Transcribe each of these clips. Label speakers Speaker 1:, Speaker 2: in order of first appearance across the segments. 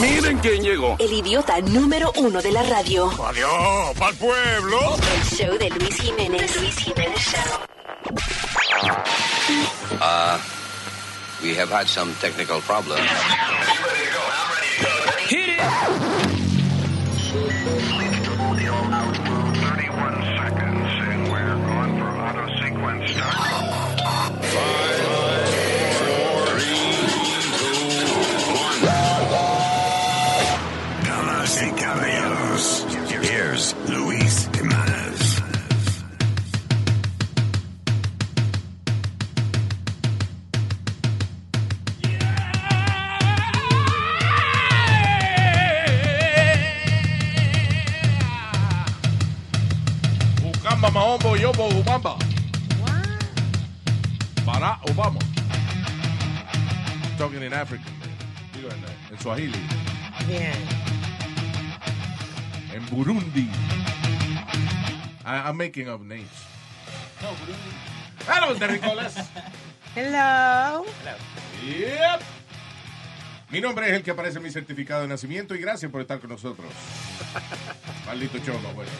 Speaker 1: Miren quién llegó.
Speaker 2: El idiota número uno de la radio.
Speaker 1: Adiós, pa'l pueblo.
Speaker 2: El show de Luis Jiménez. Luis Jiménez Show.
Speaker 3: Uh, we have had some technical problems.
Speaker 4: Damas y caballeros, here's Luis Jimenez.
Speaker 5: Ucamba, mahombo, yobo, ubamba. Para Obama. Talking in African. Digo, en, en Swahili. En Burundi. I, I'm making up names. Hello, Terricolas.
Speaker 6: Hello.
Speaker 5: Yep. Mi nombre es el que aparece en mi certificado de nacimiento y gracias por estar con nosotros. Maldito chongo, bueno.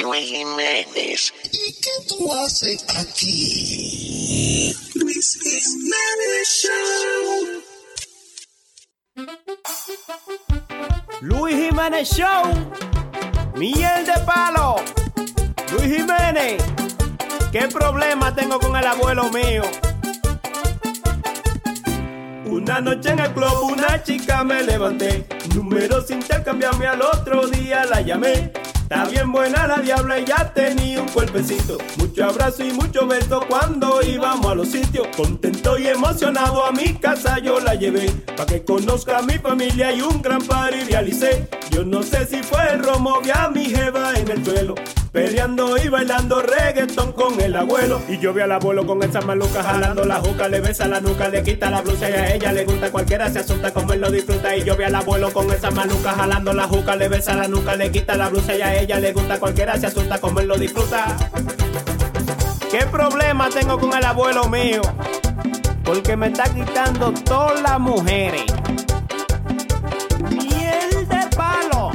Speaker 7: Luis Jiménez. ¿Y qué tú haces aquí? Luis Jiménez Show.
Speaker 8: Luis Jiménez Show. Miel de palo. Luis Jiménez. ¿Qué problema tengo con el abuelo mío? Una noche en el club una chica me levanté. Números intercambiarme al otro día la llamé. Está bien buena la diabla y ya tenía un cuerpecito. Mucho abrazo y mucho beso cuando íbamos a los sitios. Contento y emocionado a mi casa yo la llevé. Pa' que conozca a mi familia y un gran party realicé. Yo no sé si fue el romo que a mi jeva en el suelo. Peleando y bailando reggaetón con el abuelo. Y yo vi al abuelo con esa maluca jalando la juca. Le besa la nuca, le quita la blusa y a ella le gusta. Cualquiera se asusta como él lo disfruta. Y yo vi al abuelo con esa maluca jalando la juca. Le besa la nuca, le quita la blusa y a ella le gusta. Cualquiera se asusta como él lo disfruta. ¿Qué problema tengo con el abuelo mío? Porque me está quitando todas las mujeres. Miel de palo.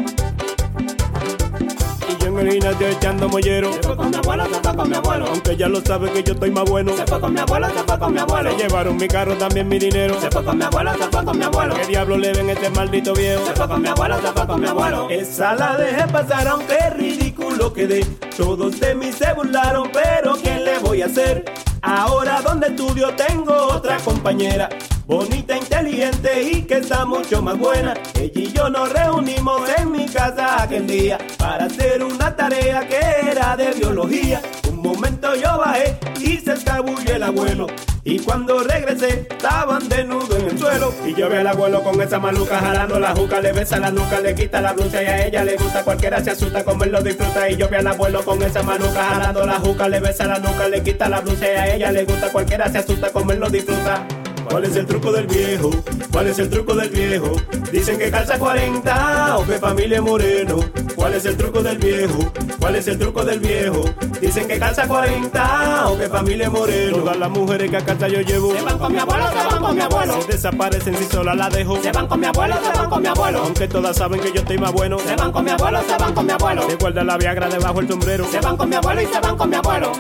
Speaker 8: Y yo en el gimnasio echando mollero. Se fue con mi abuelo, se fue con mi abuelo. Aunque ya lo sabe que yo estoy más bueno. Se fue con mi abuelo, se fue con mi abuelo. Se llevaron mi carro, también mi dinero. Se fue con mi abuelo, se fue con mi abuelo. ¿Qué diablo le ven a este maldito viejo? Se fue con mi abuelo, se fue con mi abuelo. Esa la dejé pasar, aunque ridículo quedé. Todos de mí se burlaron, pero ¿qué le voy a hacer? Ahora donde estudio tengo otra compañera. Bonita, inteligente y que está mucho más buena. Ella y yo nos reunimos en mi casa aquel día para hacer una tarea que era de biología. Un momento yo bajé y se escabulló el abuelo. Y cuando regresé, estaban desnudos en el suelo. Y yo vi al abuelo con esa maluca jalando la juca, le besa la nuca, le quita la blusa y a ella le gusta. Cualquiera se asusta como él lo disfruta. Y yo vi al abuelo con esa maluca jalando la juca, le besa la nuca, le quita la blusa y a ella le gusta. Cualquiera se asusta como él lo disfruta. ¿Cuál es el truco del viejo? ¿Cuál es el truco del viejo? Dicen que calza 40 o que familia es moreno. ¿Cuál es el truco del viejo? ¿Cuál es el truco del viejo? Dicen que calza 40 o que familia es moreno. Todas las mujeres que a casa yo llevo. Se van con mi abuelo, se van con mi abuelo. Si desaparecen si sola la dejo. Se van con mi abuelo, se van con mi abuelo. Aunque todas saben que yo estoy más bueno. Se van con mi abuelo, se van con mi abuelo. Se guarda la viagra debajo del sombrero. Se van con mi abuelo y se van con mi abuelo.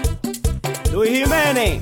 Speaker 8: Luis Jiménez,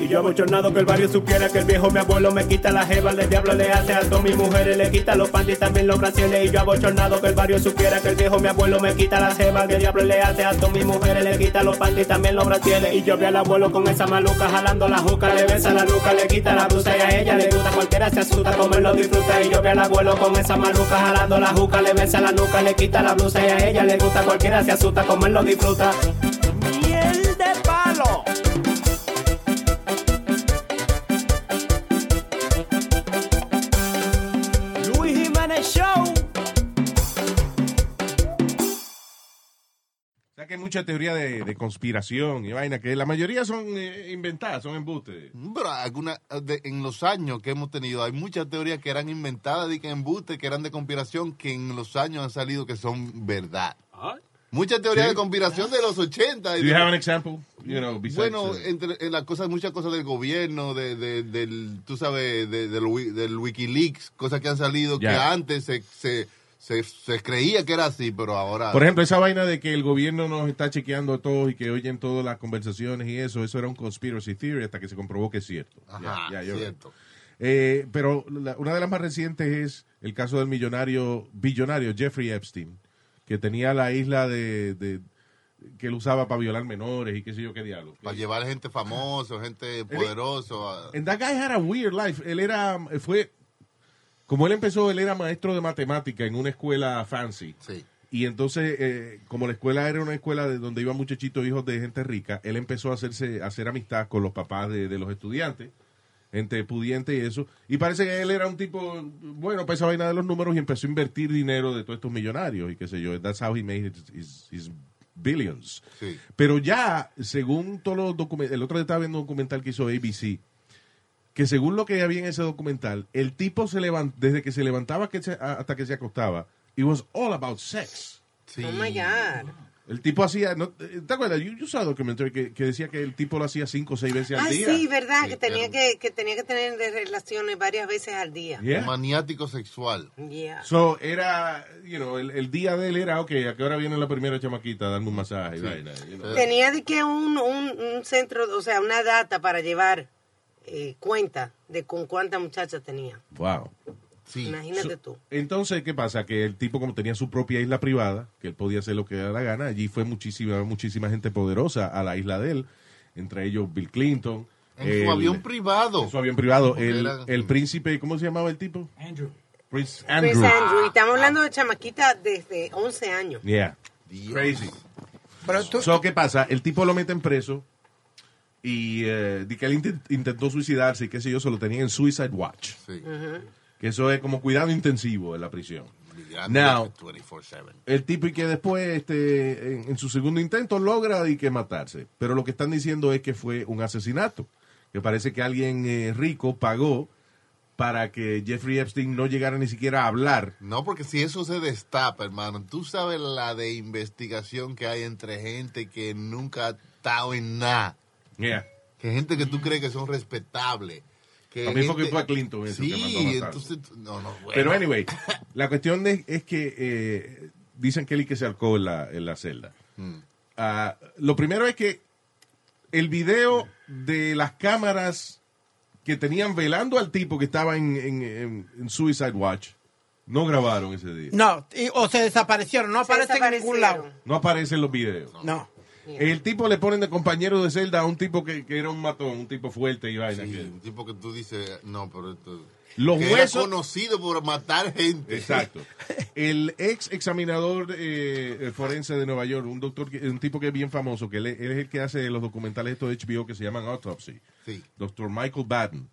Speaker 8: Y yo abochornado que el barrio supiera que el viejo mi abuelo me quita la jeva, le diablo le hace a todas mis mujeres, le quita los panties también los brasiles. Y yo abochornado que el barrio supiera que el viejo mi abuelo me quita la jeva, que el diablo le hace a todas mis mujeres, le quita los panties también los brasiles. Y yo vi al abuelo con esa maluca jalando la juca, le besa la nuca, le quita la blusa y a ella le gusta. Cualquiera se asusta como él lo disfruta. Y yo vi al abuelo con esa maluca jalando la juca, le besa la nuca, le quita la blusa y a ella le gusta. Cualquiera se asusta como él lo disfruta. Miel de palo. Luis Jiménez Show.
Speaker 5: O sea que que hay mucha teoría de, de conspiración y vaina, que la mayoría son eh, inventadas, son embustes.
Speaker 9: Pero alguna, de- en los años que hemos tenido, hay muchas teorías que eran inventadas, de que embuste, que eran de conspiración, que en los años han salido que son verdad. Muchas teorías
Speaker 5: Sí.
Speaker 9: de conspiración de los 80. y
Speaker 5: Do you
Speaker 9: de-
Speaker 5: have an example? You know, besides,
Speaker 9: bueno, eh,
Speaker 5: uh,
Speaker 9: entre en las cosas, muchas cosas del gobierno, de, de- del, tú sabes, de- del, wi- del Wikileaks, cosas que han salido que
Speaker 5: Ya.
Speaker 9: antes se, se, se, se creía que era así, pero ahora...
Speaker 5: Por ejemplo, esa vaina de que el gobierno nos está chequeando a todos y que oyen todas las conversaciones y eso, eso era un conspiracy theory hasta que se comprobó que es cierto.
Speaker 9: Ajá,
Speaker 5: Ya, ya, yo-
Speaker 9: cierto.
Speaker 5: Eh, pero la- una de las más recientes es el caso del millonario, billonario Jeffrey Epstein, que tenía la isla de, de- que él usaba para violar menores y qué sé yo qué diablo.
Speaker 9: Para llevar gente famosa, gente poderosa.
Speaker 5: Eh, And that guy had a weird life. Él era, fue, como él empezó, él era maestro de matemática en una escuela fancy.
Speaker 9: Sí.
Speaker 5: Y entonces, eh, como la escuela era una escuela de donde iban muchachitos hijos de gente rica, él empezó a hacerse a hacer amistad con los papás de, de los estudiantes, gente pudiente y eso. Y parece que él era un tipo, bueno, para esa vaina de los números y empezó a invertir dinero de todos estos millonarios y qué sé yo. That's how he made his- his- his billions.
Speaker 9: Sí.
Speaker 5: Pero ya, según todos los documentos, el otro día estaba viendo un documental que hizo ABC, que según lo que había en ese documental, el tipo se levantó, desde que se levantaba que se- a- hasta que se acostaba, it was all about sex.
Speaker 9: Sí.
Speaker 6: Oh my God.
Speaker 5: El tipo hacía, no, Eh, ¿te acuerdas? Yo, yo usaba documentary que, que decía que el tipo lo hacía cinco o seis veces al
Speaker 6: Ah,
Speaker 5: día.
Speaker 6: sí, verdad, que
Speaker 9: Sí,
Speaker 6: tenía
Speaker 9: claro.
Speaker 6: que, que tenía que tener de relaciones varias veces al día.
Speaker 5: Yeah.
Speaker 9: Maniático sexual.
Speaker 6: Yeah.
Speaker 5: So, era, you know, el, el día de él era, ok, ¿a qué hora viene la primera chamaquita a darme un masaje? y vaina, you know?
Speaker 6: Tenía de que un, un, un centro, o sea, una data para llevar eh, cuenta de con cuántas muchachas tenía.
Speaker 5: Wow.
Speaker 9: Sí.
Speaker 6: Imagínate tú.
Speaker 5: Entonces, ¿qué pasa? Que el tipo, como tenía su propia isla privada, que él podía hacer lo que le da la gana, allí fue muchísima, muchísima gente poderosa a la isla de él, entre ellos Bill Clinton.
Speaker 9: En
Speaker 5: el-
Speaker 9: su avión privado.
Speaker 5: en su avión privado.
Speaker 9: Porque
Speaker 5: El,
Speaker 9: era-
Speaker 5: el príncipe, ¿cómo se llamaba el tipo? Andrew. Prince Andrew.
Speaker 6: Prince Pues, Andrew, y estamos hablando de chamaquita desde 11 años.
Speaker 5: Yeah.
Speaker 9: Dios.
Speaker 5: Crazy.
Speaker 10: Pero tú,
Speaker 5: So, ¿qué pasa? El tipo lo meten preso y eh, di que él intent- intentó suicidarse y qué sé yo, se lo tenían en Suicide Watch.
Speaker 9: Sí.
Speaker 5: Que eso es como cuidado intensivo en la prisión.
Speaker 9: Migrante
Speaker 5: Now,
Speaker 9: 24/7.
Speaker 5: el tipo y que después este, en, en su segundo intento logra y que matarse. Pero lo que están diciendo es que fue un asesinato. Que parece que alguien eh, rico pagó para que Jeffrey Epstein no llegara ni siquiera a hablar.
Speaker 9: No, porque si eso se destapa, hermano, tú sabes la de investigación que hay entre gente que nunca ha estado en nada.
Speaker 5: Yeah.
Speaker 9: Que gente que tú crees que son respetables. Que
Speaker 5: Lo mismo que
Speaker 9: gente-
Speaker 5: fue a Clinton eso que
Speaker 9: sí,
Speaker 5: mandó a matar.
Speaker 9: entonces, no, no, bueno.
Speaker 5: Pero anyway, la cuestión es, es que eh, dicen que él y que se alcohol en la, en la celda. Ah, lo primero es que el video de las cámaras que tenían velando al tipo que estaba en, en- en- en Suicide Watch no grabaron ese día.
Speaker 10: no, y- o se desaparecieron, no
Speaker 6: Se
Speaker 10: aparecen en ningún lado.
Speaker 6: desaparecieron.
Speaker 5: No aparecen los videos.
Speaker 10: No.
Speaker 5: El tipo le ponen de compañero de celda a un tipo que, que era un matón, un tipo fuerte y vaina.
Speaker 9: Sí,
Speaker 5: que-
Speaker 9: un tipo que tú dices, no, pero esto.
Speaker 5: Los
Speaker 9: que
Speaker 5: huesos-
Speaker 9: Era conocido por matar gente.
Speaker 5: Exacto. El ex examinador eh, forense de Nueva York, un doctor, que- un tipo que es bien famoso, que él, es- él es el que hace los documentales estos de HBO que se llaman Autopsy,
Speaker 9: Sí.
Speaker 5: doctor Michael Batten.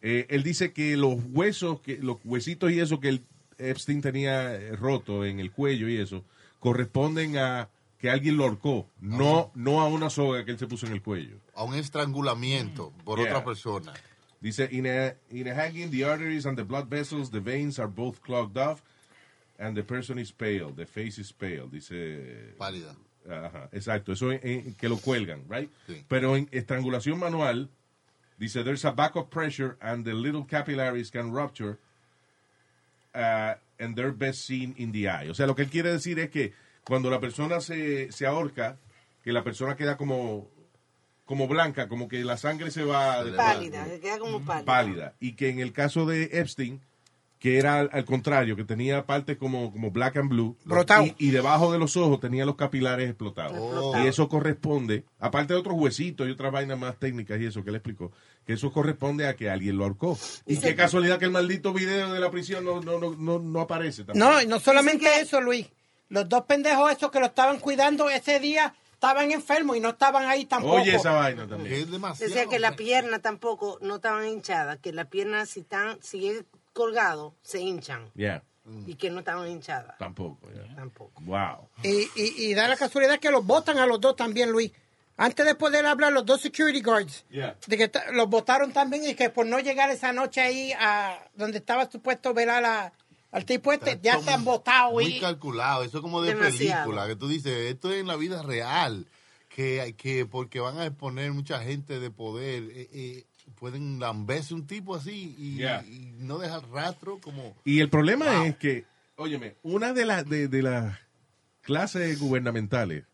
Speaker 5: Eh, él dice que los huesos, que los huesitos y eso que el Epstein tenía eh, roto en el cuello y eso, corresponden a que alguien lo ahorcó, no, no a una soga que él se puso en el cuello.
Speaker 9: A un estrangulamiento por
Speaker 5: Mm. Yeah.
Speaker 9: otra persona.
Speaker 5: Dice, in a, in a hanging, the arteries and the blood vessels, the veins are both clogged up, and the person is pale, the face is pale. Dice,
Speaker 9: Pálida.
Speaker 5: ajá, exacto, eso en, en- que lo cuelgan, right?
Speaker 9: Sí.
Speaker 5: Pero en estrangulación manual, dice, there's a back of pressure and the little capillaries can rupture, uh, and they're best seen in the eye. O sea, lo que él quiere decir es que cuando la persona se, se ahorca, que la persona queda como, como blanca, como que la sangre se va... de-
Speaker 6: Pálida, se queda como pálida.
Speaker 5: pálida y que en el caso de Epstein que era al, al contrario que tenía partes como como black and blue
Speaker 10: Brotado.
Speaker 5: y, y debajo de los ojos tenía los capilares explotados
Speaker 9: Oh.
Speaker 5: y eso corresponde aparte de otros huesitos y otras vainas más técnicas y eso que le explicó que eso corresponde a que alguien lo ahorcó y qué casualidad que el maldito video de la prisión no no no no, no aparece tampoco.
Speaker 10: No, y no solamente eso, Luis. Los dos pendejos esos que lo estaban cuidando ese día estaban enfermos y no estaban ahí tampoco.
Speaker 5: oye esa vaina también
Speaker 9: Que es demasiado.
Speaker 6: Decía que la pierna tampoco no estaban hinchadas, que la pierna si, tan, si es colgado, se hinchan.
Speaker 5: yeah
Speaker 6: y que no estaban hinchadas.
Speaker 5: Tampoco. ya.
Speaker 6: Tampoco.
Speaker 5: Wow.
Speaker 10: Y, y- y da la casualidad que los botan a los dos también, Luis. Antes de poder hablar, los dos security guards,
Speaker 5: Yeah.
Speaker 10: de que ta- los votaron también y que por no llegar esa noche ahí a donde estaba supuesto velar a- al tipo este, ya
Speaker 9: Está
Speaker 10: están votados.
Speaker 9: Muy
Speaker 10: Y,
Speaker 9: calculado, eso es como de
Speaker 10: Demasiado.
Speaker 9: película, que tú dices, esto es en la vida real, que, que porque van a exponer mucha gente de poder, eh, eh, pueden lamberse un tipo así y,
Speaker 5: Yeah.
Speaker 9: y no dejar rastro como...
Speaker 5: Y el problema es que, óyeme, una de las de, de las clases gubernamentales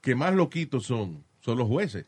Speaker 5: que más loquitos son, son los jueces.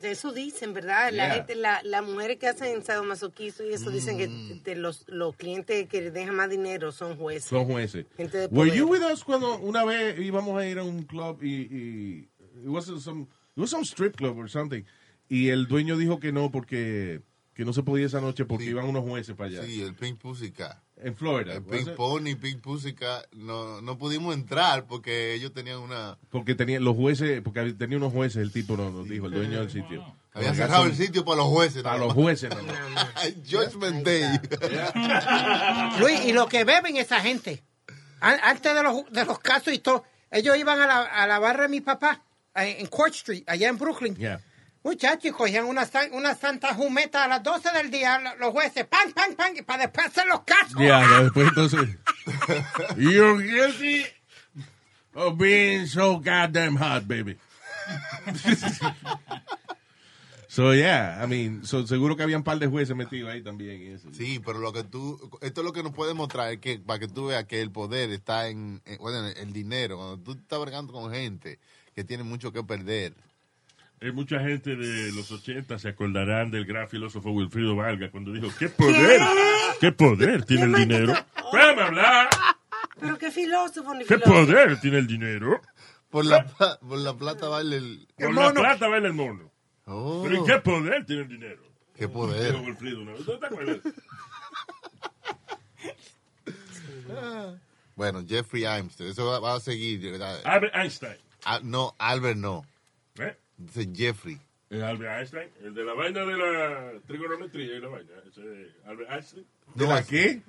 Speaker 6: Eso dicen, ¿verdad? La
Speaker 5: Yeah.
Speaker 6: gente, la- las mujeres que hacen sadomasoquismo y eso dicen que de los, los clientes que les dejan más dinero son jueces.
Speaker 5: Son jueces.
Speaker 6: Gente de
Speaker 5: Were
Speaker 6: poder.
Speaker 5: you with us cuando una vez íbamos a ir a un club y, y it was some, it was some strip club or something y el dueño dijo que no porque que no se podía esa noche porque iban unos jueces para allá.
Speaker 9: Sí, el Pink Pussycat.
Speaker 5: En Florida.
Speaker 9: El
Speaker 5: was
Speaker 9: Pink
Speaker 5: it?
Speaker 9: Pony, Pink Pussycat, no, no pudimos entrar porque ellos tenían una...
Speaker 5: Porque tenía los jueces, porque tenía unos jueces, el tipo nos, nos dijo, el dueño del sitio.
Speaker 9: Habían cerrado el sitio para los jueces.
Speaker 5: Para
Speaker 9: nada
Speaker 5: los
Speaker 9: más.
Speaker 5: jueces, nada más.
Speaker 9: Judgment Day.
Speaker 10: Luis, y lo que beben esa gente. An- Antes de los, de los casos y todo, ellos iban a la, a la barra de mi papá eh, en Court Street, allá en Brooklyn.
Speaker 5: Yeah.
Speaker 10: Muchachos, y cogían una, san- una santa jumeta a las 12 del día, lo- los jueces, pan, pan, pan, y para después hacer los casos.
Speaker 5: Ya, después entonces. You're guilty of Oh, being so goddamn hot, baby. so, yeah, I mean, so, seguro que había un par de jueces metidos ahí también. y eso.
Speaker 9: Sí, pero lo que tú, esto es lo que nos puede mostrar, es que para que tú veas que el poder está en, en- bueno, en el dinero. Cuando tú estás bregando con gente que tiene mucho que perder.
Speaker 11: Eh, mucha gente de los 80 se acordarán del gran filósofo Wilfrido Valga cuando dijo, ¿qué poder? ¿Qué poder tiene el dinero? ¡Vamos a hablar!
Speaker 6: Pero qué filósofo ni
Speaker 11: ¿Qué
Speaker 6: filósofo.
Speaker 11: poder tiene el dinero?
Speaker 9: Por la, pla- por la plata vale el...
Speaker 11: Por la plata baila el mono.
Speaker 9: Oh,
Speaker 11: Pero ¿y qué poder tiene el dinero?
Speaker 9: qué
Speaker 11: Dijo
Speaker 9: poder.
Speaker 11: Wilfrido una vez. ¿No te acuerdas?
Speaker 9: Bueno, Jeffrey Einstein, eso va, va a seguir, de ¿verdad?
Speaker 11: Albert Einstein.
Speaker 9: Ah, no, Albert no,
Speaker 11: ¿eh?
Speaker 9: dice Jeffrey.
Speaker 11: El Eh, Albert Einstein, el de la vaina de la trigonometría y la vaina. Ese es Albert Einstein.
Speaker 5: ¿De la qué?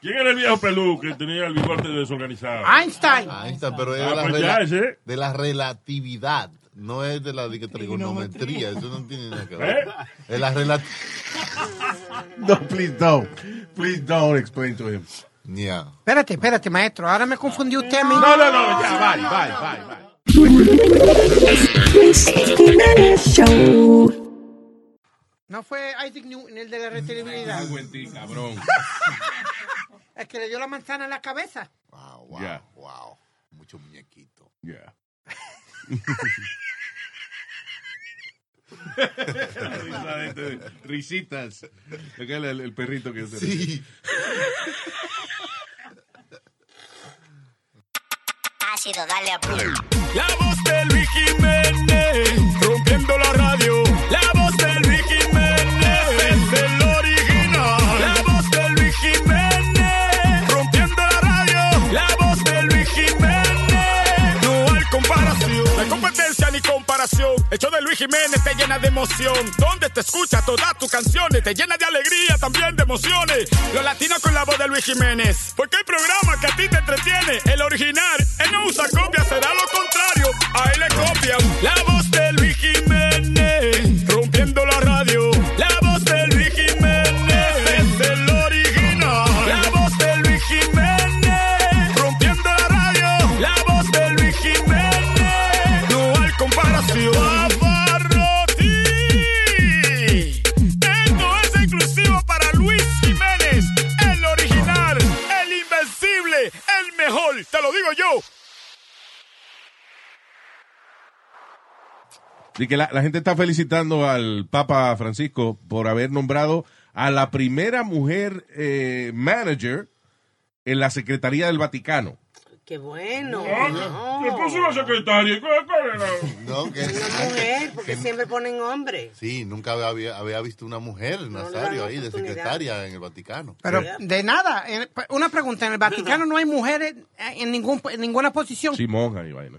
Speaker 11: ¿Quién era el viejo pelú que tenía el bigote desorganizado?
Speaker 10: Einstein.
Speaker 9: Einstein, pero era
Speaker 11: Ah,
Speaker 9: la
Speaker 11: pues
Speaker 9: rela-
Speaker 11: ya, ese.
Speaker 9: de la relatividad, no es de la de que trigonometría, eso no tiene nada que
Speaker 11: ¿Eh?
Speaker 9: ver. Es la relatividad.
Speaker 5: No, please don't. Please don't explain to him.
Speaker 10: Espérate, espérate, maestro, ahora me confundió usted a mí.
Speaker 5: No, no, no, ya, bye, bye, bye, bye.
Speaker 7: Luis Jiménez Show.
Speaker 10: No fue Isaac Newton, el de la
Speaker 5: Mm.
Speaker 10: retribuidad,
Speaker 5: cabrón.
Speaker 10: el que le dio la manzana en la cabeza.
Speaker 9: Wow, wow,
Speaker 5: Ya.
Speaker 9: wow. Mucho muñequito.
Speaker 5: Yeah.
Speaker 11: este,
Speaker 5: Risitas. Acá el, el perrito que se
Speaker 9: Sí.
Speaker 7: Ácido, dale a play.
Speaker 1: La voz del Luis Jiménez, rompiendo la radio. La voz del Luis Jiménez, es el original. La voz del Luis Jiménez, rompiendo la radio. La voz del Luis Jiménez, no hay comparación. No hay competencia ni comparación. El show de Luis Jiménez te llena de emoción. Donde te escucha todas tus canciones, te llena de alegría, también de emociones. Los latinos con la voz de Luis Jiménez. Porque hay programa que a ti te entretiene. El original, él no usa copia, será lo contrario. A él le copian. La voz de Luis Jiménez, rompiendo la radio. La voz de Luis Jiménez, es el original. La voz de Luis Jiménez, rompiendo la radio. La voz de Luis Jiménez, no hay comparación. Pavarotti. Esto es exclusivo para Luis Jiménez, el original, el invencible, el mejor. Te lo digo yo.
Speaker 5: De que la, la gente está felicitando al Papa Francisco por haber nombrado a la primera mujer eh, manager en la Secretaría del Vaticano.
Speaker 6: Qué bueno.
Speaker 11: Ah, Le
Speaker 6: No.
Speaker 11: puso la secretaria. ¿Cuál- cuál era?
Speaker 9: No, que,
Speaker 6: Una mujer, porque siempre ponen hombre.
Speaker 9: sí, nunca había, había visto una mujer,
Speaker 6: le
Speaker 9: Nazario,
Speaker 6: dan
Speaker 9: ahí de
Speaker 6: oportunidad.
Speaker 9: secretaria en el Vaticano.
Speaker 10: Pero de nada, en- una pregunta, en el Vaticano no hay mujeres eh, en, ningún, en ninguna posición.
Speaker 5: Sí, monja y vaina.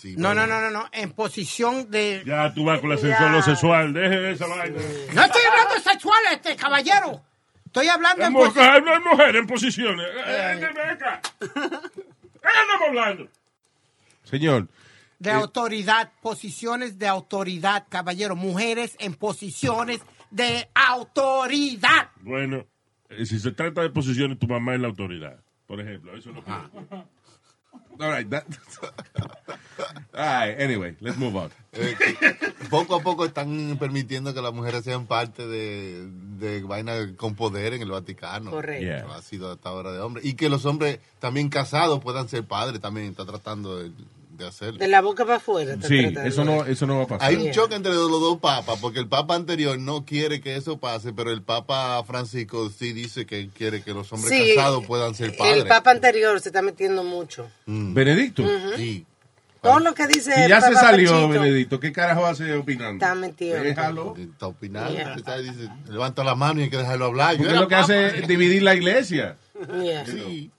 Speaker 9: Sí,
Speaker 10: No, no,
Speaker 9: pero-
Speaker 10: no, no, no, en posición de...
Speaker 11: Eh, Ya tú vas con la sensual, lo sexual. Deje esa vaina.
Speaker 10: No estoy hablando sexual, este caballero. Estoy hablando
Speaker 11: Las
Speaker 10: en
Speaker 11: mujeres,
Speaker 10: posi-
Speaker 11: hay mujeres en posiciones. Eh, eh, ven acá. ¿Qué andamos hablando?
Speaker 5: Señor,
Speaker 10: de autoridad, posiciones de autoridad, caballero, mujeres en posiciones de autoridad.
Speaker 11: Bueno, eh, si se trata de posiciones, tu mamá es la autoridad. Por ejemplo, eso es lo que.
Speaker 5: All right, that- All right, anyway, let's move on.
Speaker 9: Eh, que poco a poco están permitiendo que las mujeres sean parte de, de vaina con poder en el Vaticano.
Speaker 6: Correcto.
Speaker 9: Eso Ha sido hasta ahora de hombres. Y que los hombres también casados puedan ser padres, también está tratando de, de hacerlo.
Speaker 6: De la boca para afuera. está
Speaker 5: Sí,
Speaker 6: tratando.
Speaker 5: eso no, eso no va a pasar.
Speaker 9: Hay un choque entre los dos papas, porque el papa anterior no quiere que eso pase, pero el papa Francisco sí dice que quiere que los hombres
Speaker 6: Sí,
Speaker 9: casados puedan ser padres.
Speaker 6: El papa anterior se está metiendo mucho.
Speaker 5: Benedicto.
Speaker 6: Ujú.
Speaker 9: Sí.
Speaker 6: Todo lo que dice
Speaker 5: Si
Speaker 6: el
Speaker 5: ya se
Speaker 6: Papa
Speaker 5: salió,
Speaker 6: Pachito,
Speaker 5: Benedicto, ¿qué carajo hace opinando?
Speaker 6: eh, Está metido.
Speaker 5: Déjalo.
Speaker 9: Está opinando.
Speaker 6: Yeah.
Speaker 9: usted sabe, dice, levanta la mano y hay que dejarlo hablar. Yo
Speaker 5: Porque
Speaker 9: era
Speaker 5: lo que
Speaker 9: papa.
Speaker 5: hace es dividir la iglesia.
Speaker 6: Yeah.
Speaker 9: Sí.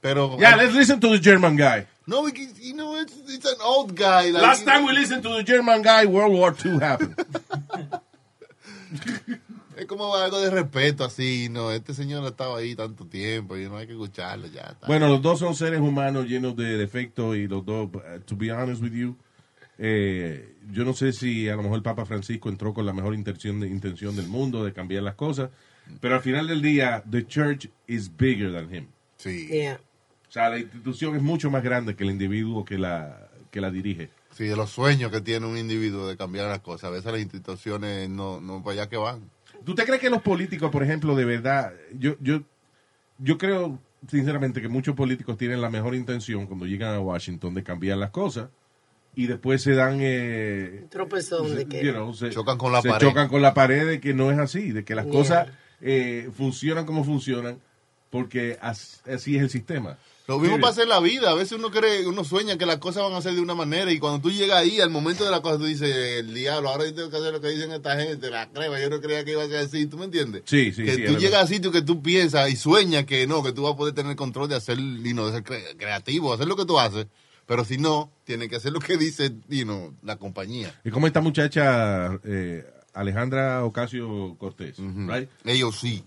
Speaker 9: Pero.
Speaker 5: Yeah, let's listen to the German guy.
Speaker 9: No, because, you know, it's, it's an old guy. Like,
Speaker 5: Last time we listened to the German guy, World War II happened.
Speaker 9: Es como algo de respeto, así, ¿no? Este señor ha estado ahí tanto tiempo y no hay que escucharlo, ya está.
Speaker 5: Bueno, los dos son seres humanos llenos de defectos y los dos, uh, to be honest with you, eh, yo no sé si a lo mejor el Papa Francisco entró con la mejor intención, de- intención del mundo de cambiar las cosas, pero al final del día, the church is bigger than him.
Speaker 9: Sí.
Speaker 6: Yeah.
Speaker 5: O sea, la institución es mucho más grande que el individuo que la, que la dirige.
Speaker 9: Sí, de los sueños que tiene un individuo de cambiar las cosas. A veces las instituciones no, no para allá que van.
Speaker 5: ¿Tú te crees que los políticos, por ejemplo, de verdad, yo, yo, yo creo sinceramente que muchos políticos tienen la mejor intención cuando llegan a Washington de cambiar las cosas y después se dan... eh,
Speaker 6: Tropezón de
Speaker 5: you
Speaker 6: que.
Speaker 5: know, se,
Speaker 9: Chocan con la
Speaker 5: se
Speaker 9: pared.
Speaker 5: chocan con la pared de que no es así, de que las
Speaker 6: Yeah.
Speaker 5: cosas eh, funcionan como funcionan porque as- así, es el sistema.
Speaker 9: Lo mismo
Speaker 5: Period.
Speaker 9: pasa en la vida. A veces uno cree, uno sueña que las cosas van a ser de una manera y cuando tú llegas ahí, al momento de la cosa, tú dices, el diablo, ahora yo tengo que hacer lo que dicen esta gente, la crema, yo no creía que iba a ser así, ¿tú me entiendes?
Speaker 5: Sí, sí,
Speaker 9: que
Speaker 5: sí, es
Speaker 9: tú
Speaker 5: verdad.
Speaker 9: llegas a sitios que tú piensas y sueñas que no, que tú vas a poder tener control de hacer, y no, de ser cre- creativo, hacer lo que tú haces, pero si no, tienes que hacer lo que dice, you know, la compañía.
Speaker 5: Es como esta muchacha eh, Alejandra Ocasio Cortés, right?
Speaker 9: Ellos sí,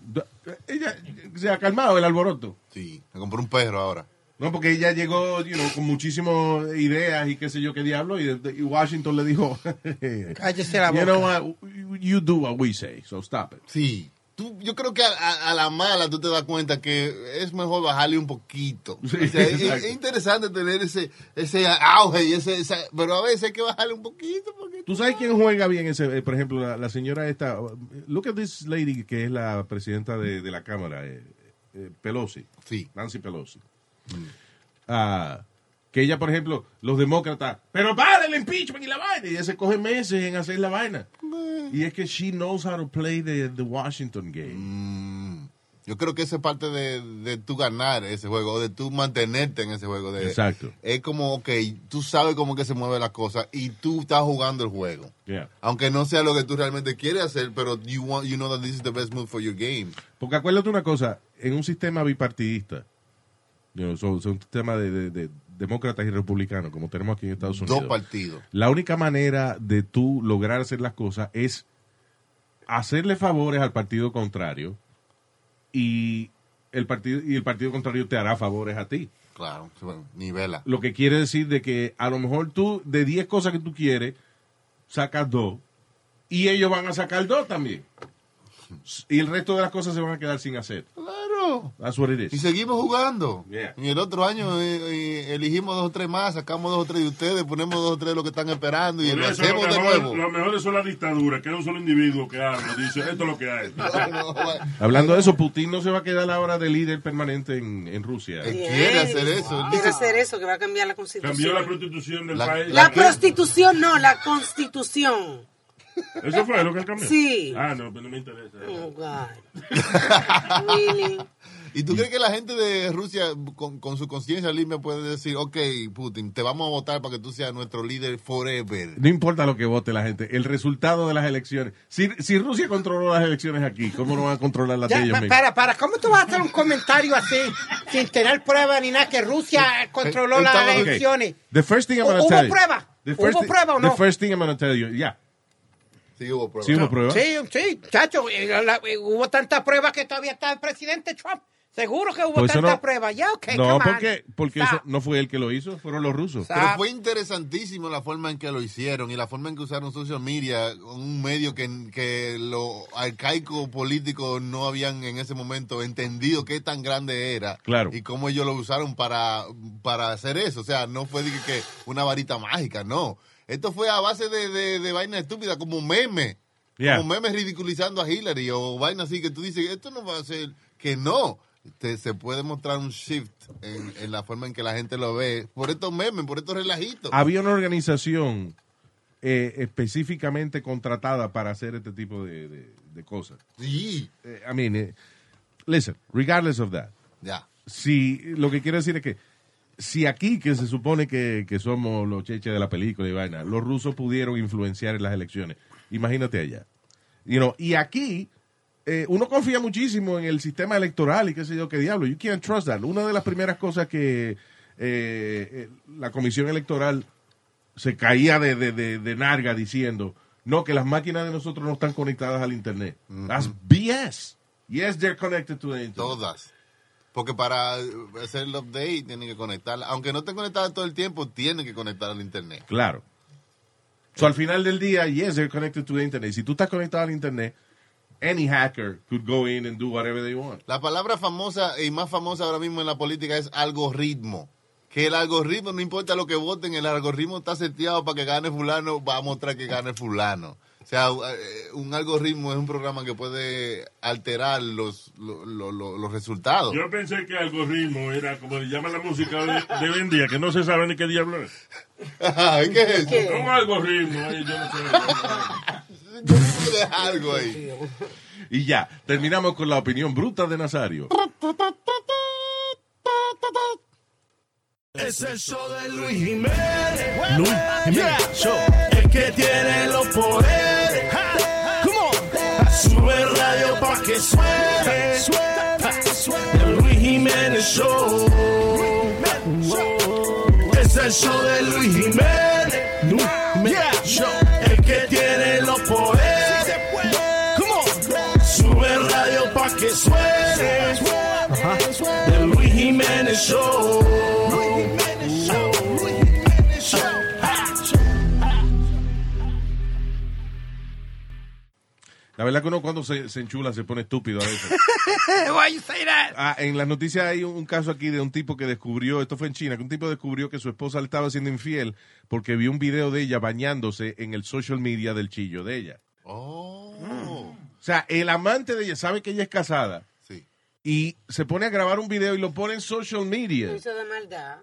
Speaker 5: Ella se ha calmado el alboroto.
Speaker 9: sí. Me compré un perro ahora.
Speaker 5: No, porque ella llegó you know, con muchísimas ideas y qué sé yo qué diablo, y, de- y Washington le dijo,
Speaker 10: Cállese la
Speaker 5: you
Speaker 10: boca.
Speaker 5: know what, you do what we say, so stop it.
Speaker 9: Sí. Tú, yo creo que a, a- a la mala tú te das cuenta que es mejor bajarle un poquito.
Speaker 5: Sí,
Speaker 9: O sea, es,
Speaker 5: exacto.
Speaker 9: es interesante tener ese, ese auge, y ese, esa- pero a veces hay que bajarle un poquito. Porque...
Speaker 5: ¿Tú sabes quién juega bien ese? eh, por ejemplo, la, la señora esta, look at this lady que es la presidenta de, de la Cámara, eh, eh, Pelosi,
Speaker 9: Sí.
Speaker 5: Nancy Pelosi.
Speaker 9: Mm.
Speaker 5: Ah, que ella, por ejemplo, los demócratas, pero para el impeachment y la vaina, y ella se coge meses en hacer la vaina.
Speaker 9: Mm.
Speaker 5: Y es que she knows how to play the, the Washington game.
Speaker 9: Mm, yo creo que esa es parte de, de tú ganar ese juego, o de tú mantenerte en ese juego. De,
Speaker 5: Exacto.
Speaker 9: Es como, ok, tú sabes cómo que se mueve la cosa y tú estás jugando el juego.
Speaker 5: Yeah.
Speaker 9: Aunque no sea lo que tú realmente quieres hacer, pero you, want, you know that this is the best move for your game.
Speaker 5: Porque acuérdate una cosa, en un sistema bipartidista, you know, so- so un sistema de, de- de demócratas y republicanos, como tenemos aquí en Estados Unidos.
Speaker 9: Dos partidos.
Speaker 5: La única manera de tú lograr hacer las cosas es hacerle favores al partido contrario y el partido y el partido contrario te hará favores a ti.
Speaker 9: Claro, bueno, nivela.
Speaker 5: Lo que quiere decir de que a lo mejor tú de 10 cosas que tú quieres sacas dos y ellos van a sacar dos también. Y el resto de las cosas se van a quedar sin hacer.
Speaker 9: Claro.
Speaker 5: That's what it
Speaker 9: Y
Speaker 5: is.
Speaker 9: seguimos jugando.
Speaker 5: Yeah.
Speaker 9: Y el otro año eh, eh, elegimos dos o tres más, sacamos dos o tres de ustedes, ponemos dos o tres de los que están esperando y
Speaker 11: Por
Speaker 9: lo
Speaker 11: eso lo
Speaker 9: hacemos de
Speaker 11: mejor-
Speaker 9: nuevo.
Speaker 11: Lo mejor son las dictaduras, que es un solo individuo que habla, dice, esto es lo que hay.
Speaker 9: No, no, va-
Speaker 5: Hablando de eso, Putin no se va a quedar ahora de líder permanente en, en Rusia.
Speaker 9: Eh, Quiere hacer eso.
Speaker 6: Quiere
Speaker 9: Dice-
Speaker 6: hacer eso, que va a cambiar la constitución.
Speaker 11: Cambió la prostitución del
Speaker 9: La-
Speaker 11: país.
Speaker 9: la
Speaker 6: La prostitución, no, la constitución.
Speaker 11: Eso fue lo que cambió.
Speaker 6: Sí.
Speaker 11: Ah, no,
Speaker 5: pues
Speaker 11: pero no me interesa.
Speaker 6: Oh, God. Really?
Speaker 9: ¿Y tú crees que la gente de Rusia, con, con su conciencia limpia, puede decir, ok, Putin, te vamos a votar para que tú seas nuestro líder forever?
Speaker 5: No importa lo que vote la gente, el resultado de las elecciones. Si, si Rusia controló las elecciones aquí, ¿cómo no van a controlar las
Speaker 10: Ya,
Speaker 5: de ellos
Speaker 10: pa-
Speaker 5: mismos?
Speaker 10: para, para, ¿cómo tú vas a hacer un comentario así sin tener pruebas ni nada que Rusia controló las
Speaker 9: Estamos- ok.
Speaker 10: elecciones?
Speaker 5: The first thing I'm gonna
Speaker 10: ¿Hubo
Speaker 5: tell you-
Speaker 10: prueba?
Speaker 5: The
Speaker 10: ¿Hubo
Speaker 5: thi-
Speaker 10: prueba o no?
Speaker 5: The first thing I'm gonna tell you, yeah.
Speaker 9: Sí hubo pruebas.
Speaker 5: Sí hubo pruebas.
Speaker 10: Sí, sí, chacho, eh, la- la- eh, hubo tantas pruebas que todavía está el presidente Trump. Seguro que hubo
Speaker 5: Pues eso
Speaker 10: tantas
Speaker 5: no-
Speaker 10: pruebas. Ya, ok,
Speaker 5: no,
Speaker 10: come on.
Speaker 5: porque, porque eso no fue él que lo hizo, fueron los rusos.
Speaker 9: Pero fue interesantísimo la forma en que lo hicieron y la forma en que usaron social media, un medio que, que los arcaicos políticos no habían en ese momento entendido qué tan grande era.
Speaker 5: Claro.
Speaker 9: Y cómo ellos lo usaron para, para hacer eso. O sea, no fue de que, que una varita mágica, no. Esto fue a base de, de, de vaina estúpida, como meme.
Speaker 5: Yeah.
Speaker 9: Como memes ridiculizando a Hillary o vaina así que tú dices, esto no va a ser, que no. Te- se puede mostrar un shift en, en la forma en que la gente lo ve. Por estos memes, por estos relajitos.
Speaker 5: Había una organización eh, específicamente contratada para hacer este tipo de, de- de cosas.
Speaker 9: Sí.
Speaker 5: I mean, eh, listen, regardless of that,
Speaker 9: Ya.
Speaker 5: si lo que quiero decir es que si aquí, que se supone que, que somos los cheches de la película y vaina, los rusos pudieron influenciar en las elecciones, imagínate allá. You know, y aquí, eh, uno confía muchísimo en el sistema electoral y qué sé yo qué diablo. You can't trust that. Una de las primeras cosas que eh, eh, la comisión electoral se caía de, de, de, de narga diciendo, no, que las máquinas de nosotros no están conectadas al Internet. That's BS. Yes, they're connected to the Internet.
Speaker 9: Todas. Porque para hacer el update tienen que conectarla. Aunque no esté conectada todo el tiempo, tienen que conectar al internet.
Speaker 5: Claro. So, al final del día, yes, they're connected to the internet. Si tú estás conectado al internet, any hacker could go in and do whatever they want.
Speaker 9: La palabra famosa y más famosa ahora mismo en la política es algoritmo. Que el algoritmo, no importa lo que voten, el algoritmo está seteado para que gane fulano, va a mostrar que gane fulano. O sea, eh, un algoritmo es un programa que puede alterar los, lo- lo- lo- los resultados.
Speaker 11: Yo pensé que algoritmo era como le llama la música de, de hoy en día, que no se sabe ni qué diablo es.
Speaker 9: ¿Qué es eso?
Speaker 11: Un algoritmo, eh, yo no sé.
Speaker 9: algo ahí.
Speaker 5: Y ya, terminamos con la opinión bruta de Nazario.
Speaker 1: Es el show de Luis Jiménez. Luis Jiménez Show. El que tiene los poderes. Come on. Sube el radio pa' que suene. El Luis Jiménez Show. Es el show de Luis Jiménez. Luis Jiménez Show. El que tiene los poderes. Come on. Sube el radio pa' que suene. El Luis Jiménez Show.
Speaker 5: La verdad que uno cuando se, se enchula se pone estúpido a veces.
Speaker 10: Why you say that?
Speaker 5: Ah, en las noticias hay un, un caso aquí de un tipo que descubrió, esto fue en China, que un tipo descubrió que su esposa le estaba siendo infiel porque vio un video de ella bañándose en el social media del chillo de ella. O sea, el amante de ella sabe que ella es casada.
Speaker 9: Oh. Sí.
Speaker 5: Y se pone a grabar un video y lo pone en social media.
Speaker 6: Lo hizo de maldad.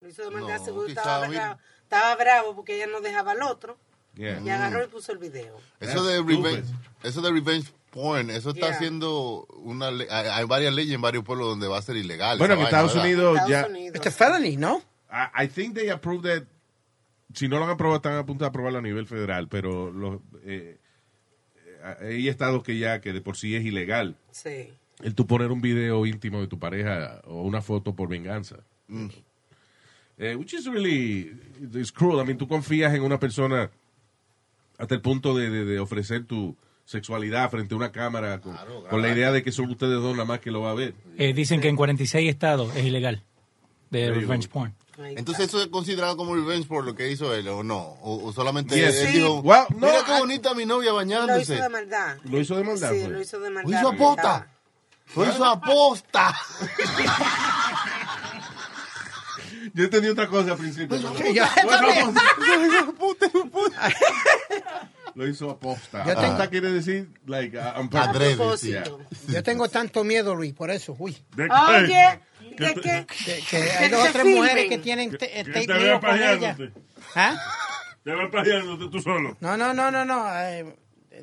Speaker 6: Lo hizo de maldad,
Speaker 9: No,
Speaker 6: seguro
Speaker 9: quizá,
Speaker 6: estaba
Speaker 9: mira.
Speaker 6: bravo. Estaba bravo porque ella no dejaba al otro.
Speaker 5: Yeah.
Speaker 9: Mm.
Speaker 6: Y agarró y puso el video.
Speaker 9: Eso de, revenge, eso de revenge porn, eso está
Speaker 6: Yeah.
Speaker 9: haciendo una... le- hay, hay varias leyes en varios pueblos donde va a ser ilegal.
Speaker 5: Bueno, en
Speaker 9: esa vaina,
Speaker 5: Estados
Speaker 9: ¿verdad?
Speaker 5: Unidos Oh, ya.
Speaker 10: It's a felony, ¿no?
Speaker 5: I, I think they approved that. Si no lo han aprobado, están a punto de aprobarlo a nivel federal, pero los, eh, eh, hay estados que ya, que de por sí es ilegal.
Speaker 6: Sí.
Speaker 5: El tú poner un video íntimo de tu pareja o una foto por venganza. Eh, which is really it's cruel. I mean, tú confías en una persona hasta el punto de, de- de ofrecer tu sexualidad frente a una cámara con, con la idea de que son ustedes dos nada más que lo va a ver.
Speaker 12: Eh, dicen que en 46 estados es ilegal de
Speaker 5: There you
Speaker 12: revenge
Speaker 5: go.
Speaker 12: porn.
Speaker 9: Entonces eso es considerado como revenge por lo que hizo él o no, o, o solamente
Speaker 5: Yes.
Speaker 9: él
Speaker 5: Sí.
Speaker 9: dijo,
Speaker 5: Well, no,
Speaker 9: mira qué
Speaker 5: I-
Speaker 9: bonita mi novia
Speaker 6: Lo hizo
Speaker 9: bañándose.
Speaker 6: de maldad.
Speaker 5: Lo hizo de maldad,
Speaker 6: Sí,
Speaker 5: fue.
Speaker 6: lo hizo de
Speaker 9: Lo
Speaker 6: maldad.
Speaker 9: hizo
Speaker 6: Estaba-
Speaker 9: aposta. Lo hizo aposta.
Speaker 5: Yo entendí otra cosa al
Speaker 10: Pues,
Speaker 5: principio. pero-
Speaker 10: Yo también.
Speaker 5: Lo hizo aposta.
Speaker 10: Yo tengo-
Speaker 5: Aposta quiere decir, like, a- on
Speaker 10: A
Speaker 5: purpose.
Speaker 10: propósito.
Speaker 5: Yeah.
Speaker 10: Yo tengo tanto miedo, Luis, por eso. Uy.
Speaker 6: Oye, ¿de qué?
Speaker 10: Que, que hay dos o tres mujeres que tienen te- eh,
Speaker 11: Que
Speaker 10: tape
Speaker 11: te
Speaker 10: mío
Speaker 11: vea
Speaker 10: con ella.
Speaker 11: pajeándote.
Speaker 10: ¿Ah?
Speaker 11: Te vea pajeándote tú solo.
Speaker 10: No, no, no, no, no. eh,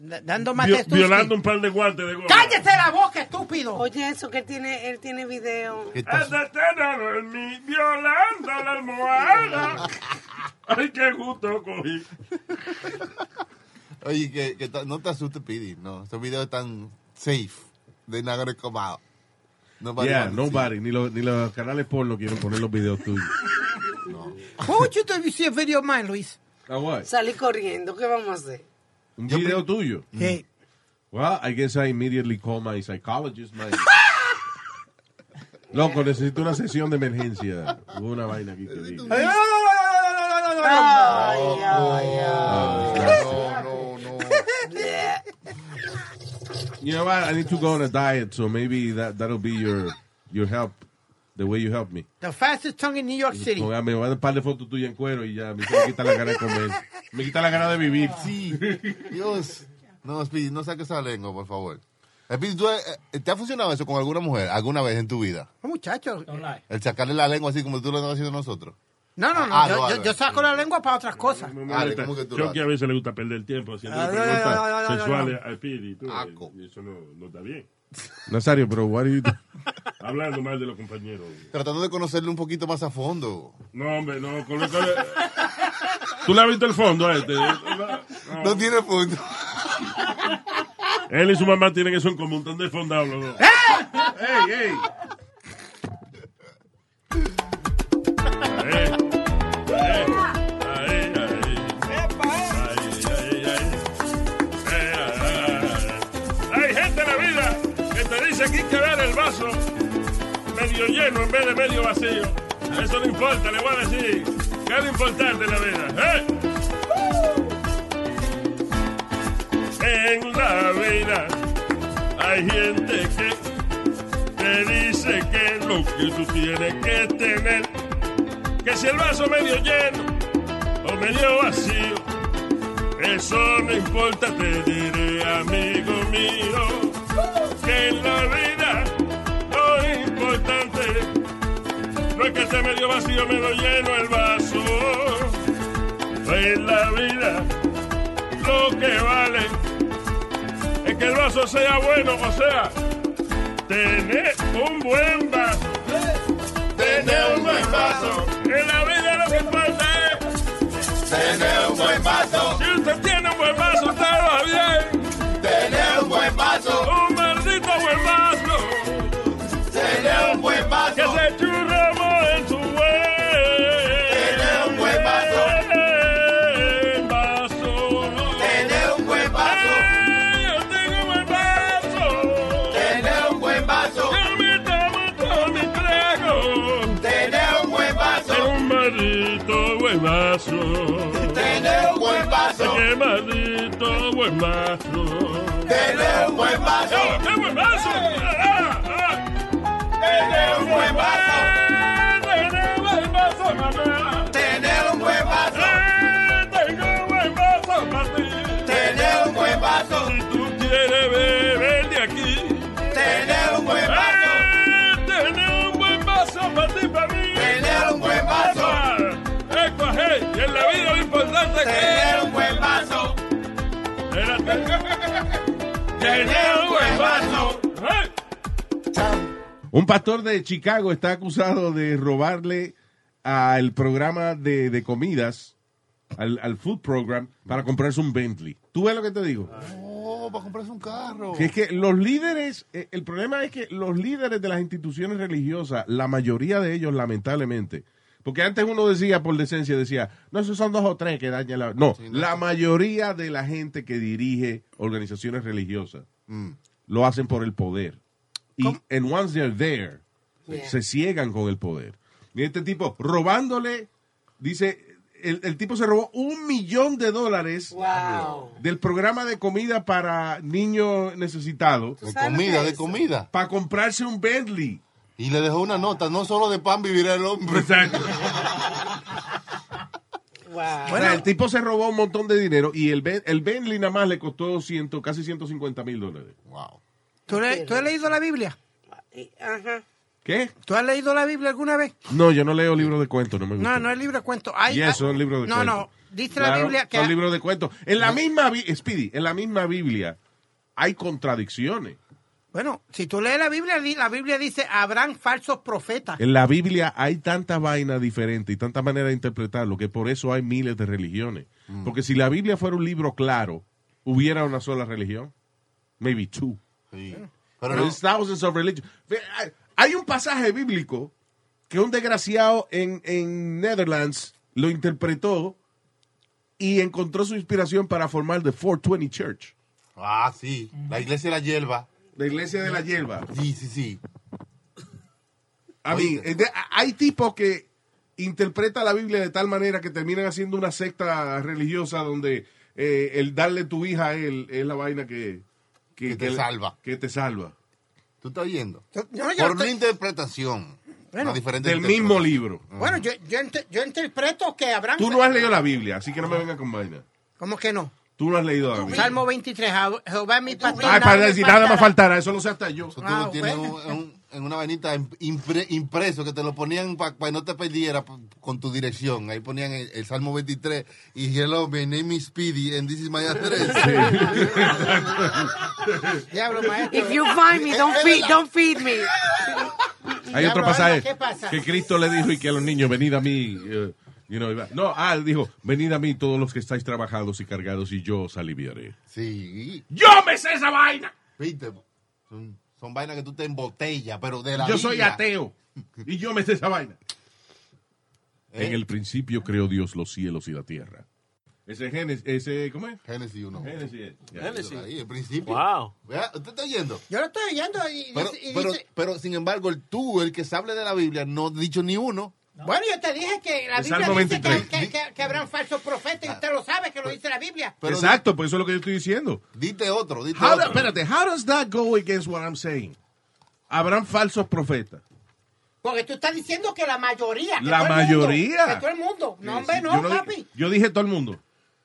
Speaker 10: da- dando más
Speaker 11: Vio-
Speaker 10: testuski.
Speaker 11: violando un par de guantes de goma.
Speaker 10: ¡Cállese la boca, estúpido!
Speaker 6: Oye, eso que él tiene, él tiene video.
Speaker 11: Ándate a dormir violando la almohada. Ay, qué gusto cogí.
Speaker 9: Oye, que, que ta- no te asustes, Pidi, no, estos videos están safe, de nagre comado. Nobody
Speaker 5: Yeah,
Speaker 9: wants to
Speaker 5: nobody. Ni, los- ni los canales porno quieren poner los videos tuyos.
Speaker 10: Why would you do if you see a video of mine, Luis?
Speaker 5: Ah, what?
Speaker 6: Salí corriendo, ¿qué vamos a hacer?
Speaker 5: Un video tuyo.
Speaker 10: Sí.
Speaker 5: Well, I guess I immediately call my psychologist. My... Loco, necesito una sesión de emergencia. Hubo una vaina aquí que digo. You know what? I need to go on a diet, so maybe that, that'll be your, your help. The way you help me.
Speaker 10: The fastest tongue in New York City.
Speaker 5: Oiga, me voy a dar un par de fotos tuyas en cuero y ya me se me quita la gana de comer. Me quita la gana de vivir.
Speaker 10: Ah.
Speaker 9: Sí. Dios. No, Speedy, no saques esa lengua, por favor. Speedy, ¿tú, eh, ¿te ha funcionado eso con alguna mujer alguna vez en tu vida?
Speaker 10: Oh, Muchachos.
Speaker 9: El sacarle la lengua así como tú lo estás haciendo nosotros.
Speaker 10: No, no, no.
Speaker 9: Ah,
Speaker 10: yo,
Speaker 9: no,
Speaker 10: yo-
Speaker 9: no.
Speaker 10: yo saco la lengua para otras cosas.
Speaker 9: Ale, ¿cómo que tú lo
Speaker 11: Yo que a veces le gusta perder tiempo haciendo
Speaker 10: Ah, no, no,
Speaker 11: preguntas
Speaker 10: no, no, no, no.
Speaker 11: sexuales a Speedy.
Speaker 5: eh,
Speaker 11: tú, y Eso no, no está bien.
Speaker 5: Nazario, pero what are you doing?
Speaker 11: Hablando mal de los compañeros.
Speaker 9: Tratando de conocerle un poquito más a fondo.
Speaker 11: No, hombre, no. Con lo que... ¿Tú le has visto el fondo a este?
Speaker 9: No, tiene fondo.
Speaker 11: Él y su mamá tienen eso en común. Un montón de fondados los dos. ¡Ey, ey! Hay gente en la vida que te dice que hay que ver el vaso medio lleno en vez de medio vacío. Eso no importa, le voy a decir. ¿Qué es lo importante en la vida? ¿Eh? En la vida hay gente que te dice que lo que tú tienes que tener, que si el vaso medio lleno o medio vacío, eso no importa, te diré amigo mío, que en la vida lo importante no es que esté medio vacío, medio lleno el vaso, en la vida lo que vale es que el vaso sea bueno, o sea, tener un buen vaso. Tener un buen vaso. En la vida lo que importa es tener un buen vaso. Si usted tiene un buen vaso, usted lo hace bien. Tener un buen vaso. Un maldito buen vaso. Tener un buen vaso. Que se churramos en su buen. Tener un buen vaso. Tener un buen vaso. Yo tengo un buen vaso. Tener un buen vaso. Yo me tomo todo mi trago. Tener un buen vaso. Un maldito buen vaso. Tener un buen vaso. Qué maldito buen vaso. Tener un buen vaso. Qué buen vaso. Ah, ah. Tener un buen vaso. Tener un buen vaso, mamá. Tener un buen vaso. Tengo un buen vaso para ti. Tener un buen vaso. Si tú quieres beber de aquí. Tener un buen vaso. Tener un buen vaso para ti, para mí. Tener un buen vaso. Eco, hey, y en la vida lo importante es que... Tener un buen vaso. Tener un buen vaso. Hey.
Speaker 5: Un pastor de Chicago está acusado de robarle al programa de, de comidas, al, al food program, para comprarse un Bentley. ¿Tú ves lo que te digo?
Speaker 9: Oh, para comprarse un carro.
Speaker 5: Que es que los líderes, eh, el problema es que los líderes de las instituciones religiosas, la mayoría de ellos, lamentablemente, porque antes uno decía por decencia, decía, no, esos son dos o tres que dañan la... No, la mayoría de la gente que dirige organizaciones religiosas lo hacen por el poder. Y and once they're there,
Speaker 1: Yeah.
Speaker 5: se ciegan con el poder. Y este tipo, robándole, dice, el, el tipo se robó un millón de dólares del programa de comida para niños necesitados.
Speaker 9: De comida, de comida.
Speaker 5: Para comprarse un Bentley.
Speaker 9: Y le dejó una nota, no solo de pan vivirá el hombre.
Speaker 5: Exacto. O sea, el tipo se robó un montón de dinero y el, Ben- el Bentley nada más le costó ciento, casi 150 mil dólares.
Speaker 9: Wow.
Speaker 10: ¿Tú, le- tú has leído la Biblia?
Speaker 6: Ajá.
Speaker 5: ¿Qué?
Speaker 10: ¿Tú has leído la Biblia alguna vez?
Speaker 5: No, yo no leo libros de cuentos, no me gusta.
Speaker 10: No, no es libro de cuentos. Hay,
Speaker 5: Yes,
Speaker 10: hay-
Speaker 5: son libros de
Speaker 10: no,
Speaker 5: cuentos.
Speaker 10: No, Dice la
Speaker 5: Claro,
Speaker 10: Biblia que...
Speaker 5: son libros de cuentos. En la misma Biblia, Speedy, en la misma Biblia hay contradicciones.
Speaker 10: Bueno, si tú lees la Biblia, di- la Biblia dice, habrán falsos profetas.
Speaker 5: En la Biblia hay tanta vaina diferente y tanta manera de interpretarlo que por eso hay miles de religiones.
Speaker 10: Mm.
Speaker 5: Porque si la Biblia fuera un libro claro, hubiera una sola religión. Maybe two. Pero
Speaker 9: no.
Speaker 5: there's thousands of religions. Ve, hay- Hay un pasaje bíblico que un desgraciado en, en Netherlands lo interpretó y encontró su inspiración para formar The 420 Church.
Speaker 9: Ah, sí. La iglesia de la hierba.
Speaker 5: La iglesia de la hierba.
Speaker 9: Sí, sí, sí.
Speaker 5: A mí, es de- a- hay tipos que interpretan la Biblia de tal manera que terminan haciendo una secta religiosa donde eh, el darle tu hija a él es la vaina que,
Speaker 9: Que te salva.
Speaker 5: Que te salva.
Speaker 9: ¿Tú estás viendo?
Speaker 10: no, yo
Speaker 9: Por
Speaker 10: estoy-
Speaker 9: mi interpretación.
Speaker 10: Bueno,
Speaker 9: Una diferente
Speaker 5: Del
Speaker 9: interpretación.
Speaker 5: mismo libro.
Speaker 10: Bueno, yo, yo, ent- yo interpreto que habrán...
Speaker 9: pues,
Speaker 5: Tú no has leído la Biblia, así que no me vengas con vaina.
Speaker 10: ¿Cómo que no?
Speaker 5: Tú no has leído la Biblia.
Speaker 10: Salmo 23, Jeho- Jehová es mi pastor.
Speaker 5: Ay, para decir nada más
Speaker 10: falta.
Speaker 5: faltará, eso lo sé hasta yo.
Speaker 9: Eso tú
Speaker 10: Ah,
Speaker 9: lo tienes en, un- en una vainita im- impre- impreso que te lo ponían para que no te perdiera p- con tu dirección. Ahí ponían el, el Salmo 23 y hello, my name is Speedy and this is my address.
Speaker 10: Diablo, maestro.
Speaker 6: If you find me, don't
Speaker 10: Es
Speaker 6: feed,
Speaker 10: verdad.
Speaker 6: don't feed me.
Speaker 5: Hay otro
Speaker 10: Diablo,
Speaker 5: pasaje
Speaker 10: ¿qué pasa?
Speaker 5: que Cristo le dijo y que a los niños, venid a mí. eh, you know, iba- no, ah, él dijo, venid a mí todos los que estáis trabajados y cargados y yo os aliviaré.
Speaker 9: Sí.
Speaker 5: ¡Yo me sé esa vaina!
Speaker 9: Viste, son, son vainas que tú te embotellas, pero de la
Speaker 5: yo soy
Speaker 9: Biblia.
Speaker 5: ateo y yo me sé esa vaina. Eh. En el principio creó Dios los cielos y la tierra. Ese Génesis, ese, ¿cómo es?
Speaker 9: Génesis 1.
Speaker 5: Génesis. ya.
Speaker 9: Ahí, el principio.
Speaker 12: Wow.
Speaker 9: Vea, ¿Usted está oyendo?
Speaker 10: Yo lo estoy oyendo y,
Speaker 9: Pero,
Speaker 10: y
Speaker 9: pero,
Speaker 10: dice-
Speaker 9: pero, sin embargo, el tú, el que se hable de la Biblia, no ha dicho ni uno.
Speaker 10: Bueno, yo te dije que la
Speaker 9: El
Speaker 10: Biblia
Speaker 9: Salmo
Speaker 10: dice que,
Speaker 9: 23.
Speaker 10: que, que- que habrán falsos profetas y usted lo sabe que lo dice la Biblia.
Speaker 5: Exacto, por eso es lo que yo estoy diciendo.
Speaker 9: Dite otro, dite
Speaker 5: How do-
Speaker 9: otro.
Speaker 5: espérate, how does that go against what I'm saying? Habrán falsos profetas.
Speaker 10: Porque tú estás diciendo que la mayoría. que
Speaker 5: La
Speaker 10: todo el mundo,
Speaker 5: mayoría.
Speaker 10: que todo el mundo. No, hombre, no,
Speaker 5: yo, no di-
Speaker 10: papi.
Speaker 5: yo dije todo el mundo.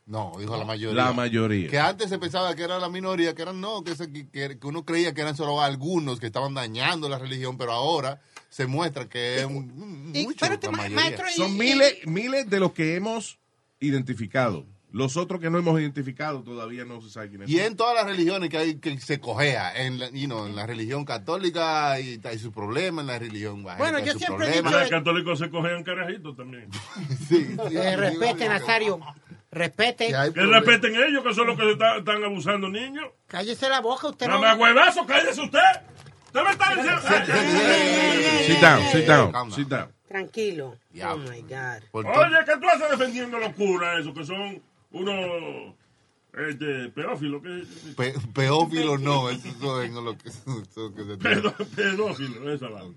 Speaker 9: No, dijo la mayoría.
Speaker 5: La mayoría.
Speaker 9: Que antes se pensaba que era la minoría, que eran no, que, se- que, que uno creía que eran solo algunos que estaban dañando la religión, pero ahora se muestra que es un-
Speaker 10: Y-
Speaker 9: mucho la mayoría.
Speaker 5: Son miles, miles de los que hemos identificado. Los otros que no hemos identificado todavía no se sabe quién es.
Speaker 9: Y en todas las religiones que hay que se cojea, en la, you know, en la religión católica y hay su problema, en la religión bajista
Speaker 10: Bueno,
Speaker 9: hay
Speaker 10: yo
Speaker 9: su
Speaker 10: siempre he
Speaker 9: problema.
Speaker 10: dicho-
Speaker 11: Los católicos se cogen carajitos también.
Speaker 10: Eh, respete, Nazario. Respete.
Speaker 11: Que respeten ellos, que son los que se está- están abusando niños.
Speaker 10: Cállese la boca, usted no.
Speaker 11: Mamá huevazo, cállese usted. Usted me está diciendo.
Speaker 5: Sit down, sit down,
Speaker 9: Calma.
Speaker 5: sit down.
Speaker 6: Tranquilo. Oh my God.
Speaker 11: Oye, ¿qué tú haces defendiendo los curas esos que son unos este, pedófilos? ¿qué?
Speaker 9: Pe- peófilo no, eso es lo que, eso que se
Speaker 11: Pedó- pedófilos, esa vaina.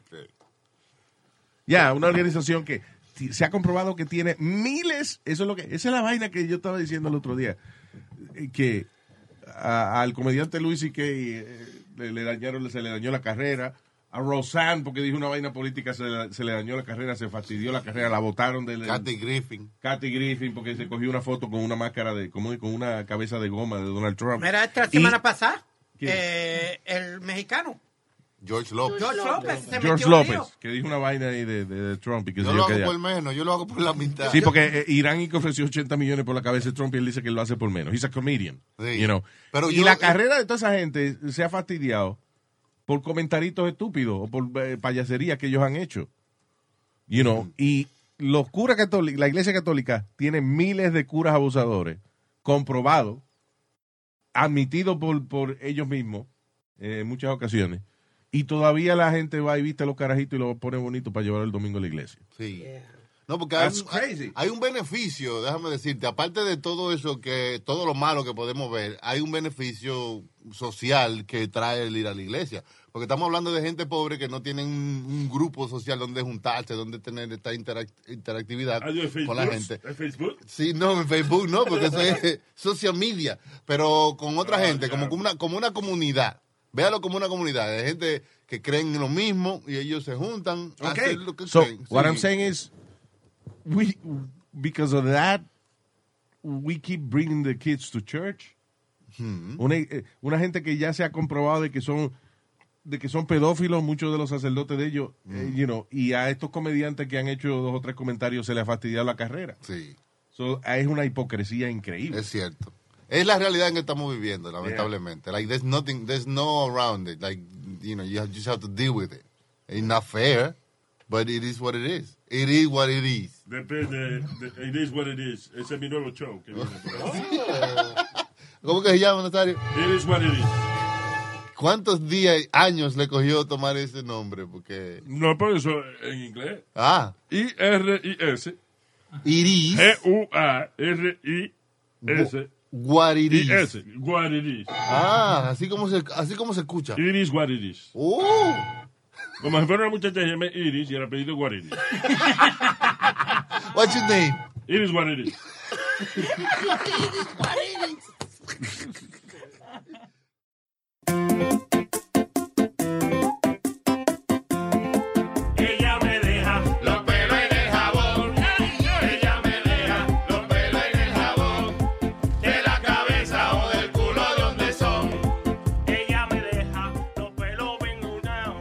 Speaker 5: Ya, una organización que ti- se ha comprobado que tiene miles, eso es lo que, esa es la vaina que yo estaba diciendo el otro día, eh, que a- al comediante Luis y que le, le dañaron, se le dañó la carrera, a Roseanne porque dijo una vaina política se, le- se le dañó la carrera, se fastidió la carrera, la votaron de
Speaker 9: Kathy Griffin.
Speaker 5: Kathy Griffin porque se cogió una foto con una máscara de, como con una cabeza de goma de Donald Trump.
Speaker 10: Mira, esta
Speaker 5: Y
Speaker 10: semana pasada, eh, el mexicano,
Speaker 9: George López.
Speaker 10: George López, se
Speaker 5: George
Speaker 10: metió en lío.
Speaker 5: López, que dijo una vaina ahí de, de- de Trump y que
Speaker 9: Yo lo
Speaker 5: se dio
Speaker 9: hago
Speaker 5: callado.
Speaker 9: por menos, yo lo hago por la mitad.
Speaker 5: Sí, porque eh, Irán y que ofreció 80 millones por la cabeza de Trump y él dice que lo hace por menos. He's a comedian.
Speaker 9: Sí.
Speaker 5: you know.
Speaker 9: Pero
Speaker 5: y
Speaker 9: yo-
Speaker 5: la carrera de toda esa gente se ha fastidiado por comentaritos estúpidos o por eh, payaserías que ellos han hecho. You know, y los curas católicos, la iglesia católica tiene miles de curas abusadores comprobados, admitidos por, por ellos mismos eh, en muchas ocasiones. Y todavía la gente va y viste a los carajitos y los pone bonito para llevar el domingo a la iglesia.
Speaker 9: Sí. No, porque hay
Speaker 5: That's
Speaker 9: un, hay, hay un beneficio, déjame decirte, aparte de todo eso que, todo lo malo que podemos ver, hay un beneficio social que trae el ir a la iglesia. Porque estamos hablando de gente pobre que no tienen un, un grupo social donde juntarse, donde tener esta interac- interactividad
Speaker 11: Adiós, Facebook.
Speaker 9: con la gente.
Speaker 11: ¿En Facebook?
Speaker 9: Sí, no, en Facebook no, porque eso es social media, pero con otra gente, como una, como una comunidad. Véalo como una comunidad, de gente que creen en lo mismo y ellos se juntan a hacer lo que
Speaker 5: So
Speaker 9: creen.
Speaker 5: what
Speaker 9: Sí.
Speaker 5: I'm saying is, we because of that, we keep bringing the kids to church.
Speaker 9: Hmm.
Speaker 5: Una, eh, una gente que ya se ha comprobado de que son de que son pedófilos muchos de los sacerdotes de ellos,
Speaker 9: Hmm.
Speaker 5: eh, you know, y a estos comediantes que han hecho dos o tres comentarios se les ha fastidiado la carrera.
Speaker 9: Sí.
Speaker 5: So, es una hipocresía increíble.
Speaker 9: Es cierto. Es la realidad en que estamos viviendo, lamentablemente. Like, there's nothing, there's no around it. Like, you know, you have- just have to deal with it. It's not fair, but it is what it is. It is what it is.
Speaker 11: Depende. de- it is what it is. Ese es mi nuevo show. Que viene por ahí.
Speaker 9: ¿Cómo que se llama, Nazario?
Speaker 11: It is what it is.
Speaker 9: ¿Cuántos días, años le cogió tomar ese nombre? Porque...
Speaker 11: No, pero eso en inglés.
Speaker 9: Ah.
Speaker 11: I-R-I-S.
Speaker 9: Iris.
Speaker 11: G-U-A-R-I-S. Ese.
Speaker 9: Guariris.
Speaker 11: Y ese, guariris.
Speaker 9: Ah, así como se, así como se escucha.
Speaker 11: Iris guariris.
Speaker 9: ¡Oh!
Speaker 11: Como si fuera una muchacha que se llama Iris y el apellido guariris.
Speaker 9: What's your name?
Speaker 11: Iris guariris.
Speaker 1: Ella me deja los pelos en el jabón. Ella me deja los pelos en el jabón. De la cabeza o del culo donde son. Ella me deja los pelos en una.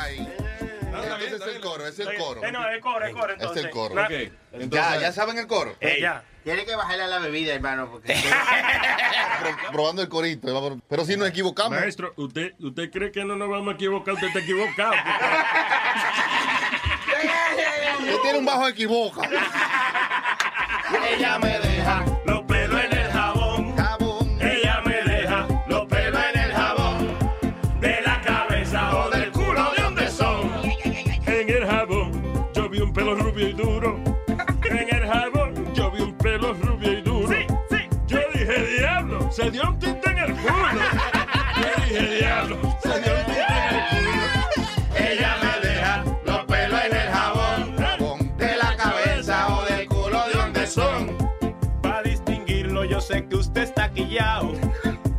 Speaker 9: Ay. Ese es el coro, ese es el coro.
Speaker 1: Eh, no, es coro, es coro.
Speaker 9: Este es
Speaker 1: Entonces,
Speaker 9: el coro.
Speaker 1: Na-
Speaker 9: ya, ya saben el coro.
Speaker 1: Ella.
Speaker 10: Tiene que bajarle a la bebida, hermano, porque
Speaker 9: Probando el corito. va por- Pero si nos equivocamos.
Speaker 11: Maestro, ¿usted, usted cree que no nos vamos a equivocar, usted está equivocado.
Speaker 9: Usted tiene un bajo equivoca.
Speaker 1: Ella me deja los pelos en el jabón. Ella me deja los pelos en el jabón. De la cabeza o del culo de donde son.
Speaker 11: En el jabón yo vi un pelo rubio y duro. En el jabón yo vi un pelo rubio y duro. Yo dije, diablo, se dio un tinte en el culo. Yo dije, diablo, se dio un tinte en el culo.
Speaker 1: Ella me deja los pelos en el jabón. De la cabeza o del culo de donde son.
Speaker 8: Para distinguirlo, yo sé que usted está quillao.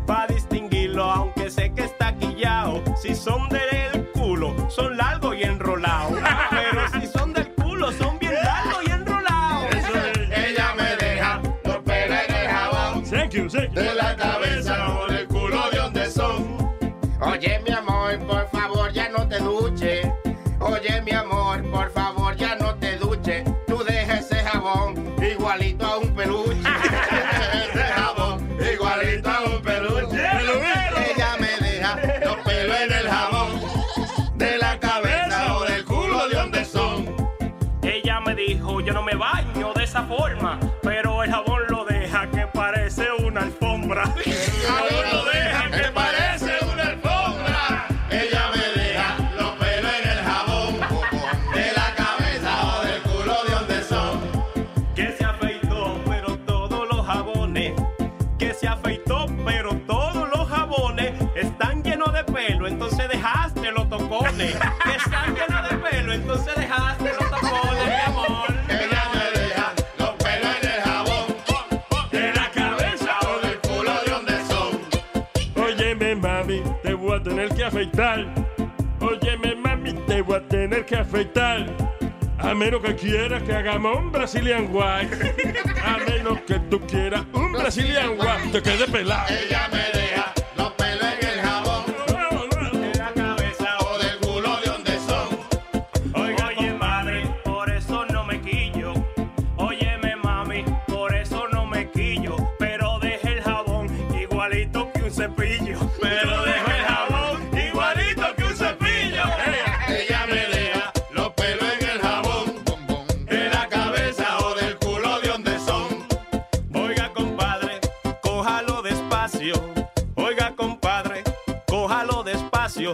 Speaker 8: Para distinguirlo, aunque sé que está quillao. Si son del culo, son largos y enrolados. Pero si son del culo, son bien largos y enrolados.
Speaker 1: Ella me deja los pelos en el jabón.
Speaker 11: Thank you, thank you.
Speaker 1: De la cabeza o del culo de donde son.
Speaker 10: Oye, mi amor, por favor, ya no te duche. Oye, mi amor, por favor, ya no te duche. Tú deja ese jabón igualito a un peluche. ese jabón
Speaker 1: igualito a un peluche. Ella me deja los pelos en el jabón. De la cabeza o del culo de donde son.
Speaker 8: Ella me dijo, yo no me baño de esa forma. Pero el jabón lo deja que parece una alfombra.
Speaker 1: deja que parece una alfombra. Ella me deja los pelos en el jabón. De la cabeza o del culo de donde son.
Speaker 8: Que se afeitó, pero todos los jabones. Que se afeitó, pero todos los jabones están llenos de pelo, entonces dejaste los tocones. Que están llenos de pelo, entonces dejaste los tocones, mi amor.
Speaker 1: Ella me deja los pelos en el jabón. De la cabeza o del culo de donde son.
Speaker 11: Óyeme, mami, te voy a tener que afeitar. Óyeme, mami, te voy a tener que afeitar. A menos que quieras que hagamos un Brazilian Wax. A menos que tú quieras un Brazilian Wax. Te quede pelado.
Speaker 1: Ella me deja los pelos en el jabón.
Speaker 8: De la cabeza
Speaker 1: o del culo de donde son.
Speaker 8: Oye, madre, por eso no me quillo. Óyeme, mami, por eso no me quillo. Pero deja el jabón igualito que un cepillo. Pero deja el jabón igualito que un cepillo.
Speaker 1: Ella me deja los pelos en el jabón. De la cabeza o del culo de donde son.
Speaker 8: Oiga, compadre, cójalo despacio. Oiga, compadre, cójalo despacio.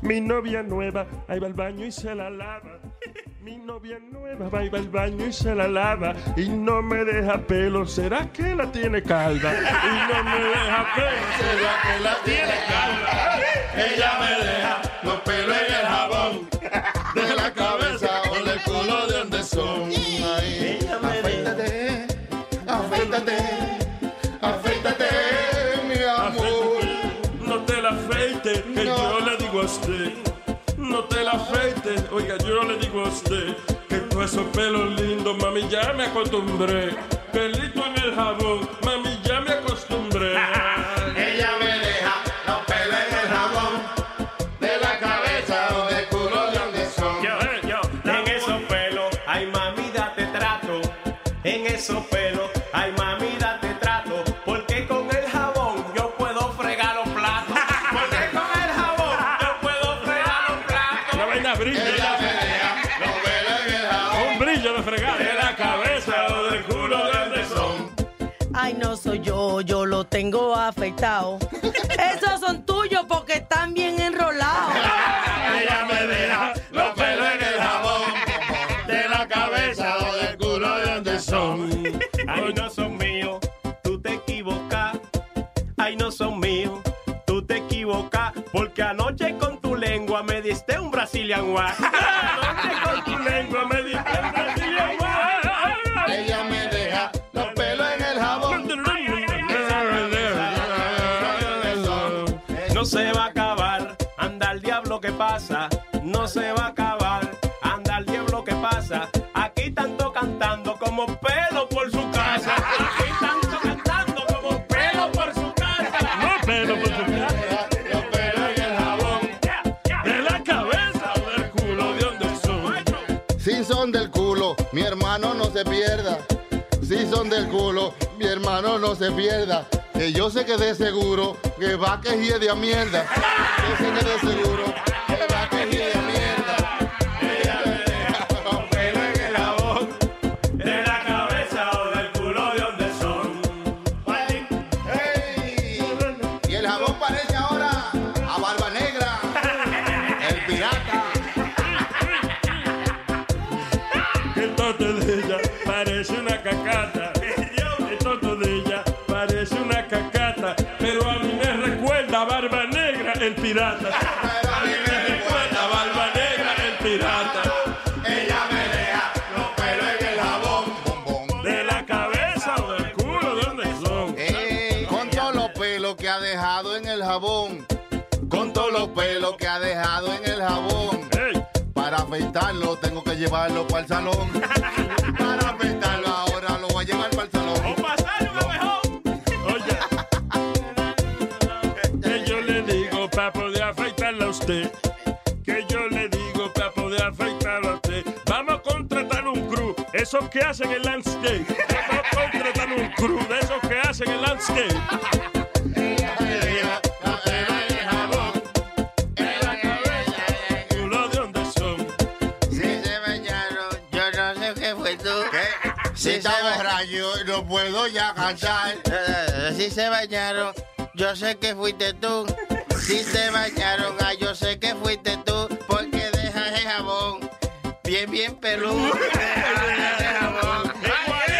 Speaker 11: Mi novia nueva, ahí va al baño y se la lava. Mi novia nueva va y va al baño y se la lava. Y no me deja pelo, ¿será que la tiene calva? Y no me deja pelo,
Speaker 1: ¿será que la tiene calva? Ella me deja los pelos en el jabón. De la cabeza o del culo de donde son. Ay, afeítate, afeítate, afeítate, mi amor.
Speaker 11: No te la afeites, que yo usted, no te la afeites. Oiga, yo no le digo a usted que con esos pelos lindos, mami, ya me acostumbré. Pelito en el jabón, mami, ya me acostumbré.
Speaker 1: Ella me deja los pelos en el jabón de la cabeza o del culo de donde son.
Speaker 8: En esos pelos, ay mami, date trato. En esos pelos, ay mami, date trato. Porque con el jabón yo puedo fregar los platos. Porque con el jabón yo puedo fregar los platos.
Speaker 11: La vaina brilla.
Speaker 8: Ella me
Speaker 11: Un brillo de fregar de la cabeza o del culo de donde son.
Speaker 6: Ay, no soy yo, yo lo tengo afeitado. Esos son tuyos porque están bien enrolados.
Speaker 1: Ella me deja los pelos en el jabón de la cabeza o del culo de donde son.
Speaker 8: Ay, no son míos, tú te equivocas. Ay, no son míos, tú te equivocas. Porque anoche con tu lengua me diste un Brazilian wax. Anoche con tu lengua me diste un Brazilian wax.
Speaker 1: Ella me deja los pelos en el jabón.
Speaker 8: No se va a acabar, anda el diablo que pasa. No se va a acabar, anda el diablo que pasa. Aquí tanto cantando como pelo por su casa. Aquí tanto cantando como pelo por su casa. No pelo por su casa.
Speaker 1: Los pelos en el jabón de la cabeza o del culo de donde son.
Speaker 9: Si son del culo, mi hermano no se pierda. Si son del culo, mi hermano no se pierda. Que yo se quedé seguro que va a quejir de a mierda. Yo se quedé seguro que va a quejir de a mierda.
Speaker 1: Los pelos en el jabón de la cabeza o del culo de donde son.
Speaker 9: Y el jabón parece ahora a Barba Negra, el pirata.
Speaker 11: El toto de ella parece una cacata. El toto de ella parece una cacata. Pero a mí me recuerda a Barba Negra, el pirata. Pero a mí me recuerda a Barba Negra, el pirata.
Speaker 1: Ella me deja los pelos en el jabón
Speaker 11: De la cabeza o del culo, ¿de dónde son?
Speaker 9: Ey, con todos los pelos que ha dejado en el jabón. Con todos los pelos que ha dejado en el jabón. Para afeitarlo tengo que llevarlo para el salón. Para afeitarlo ahora lo voy a llevar para el salón.
Speaker 11: Que yo le digo para poder afeitarla a usted. Que yo le digo para poder afeitarla a usted. Vamos a contratar un crew, esos que hacen el landscape. Vamos a contratar un crew de esos que hacen el landscape. Culo de donde son.
Speaker 9: Si se bañaron, yo no sé qué fue tú. Si está borracho, no puedo ya cantar.
Speaker 1: Eh, Si se bañaron, yo sé que fuiste tú. Si se bañaron, ah, yo sé que fuiste tú. Porque dejas el jabón bien, bien peludo. Dejas el jabón. eh,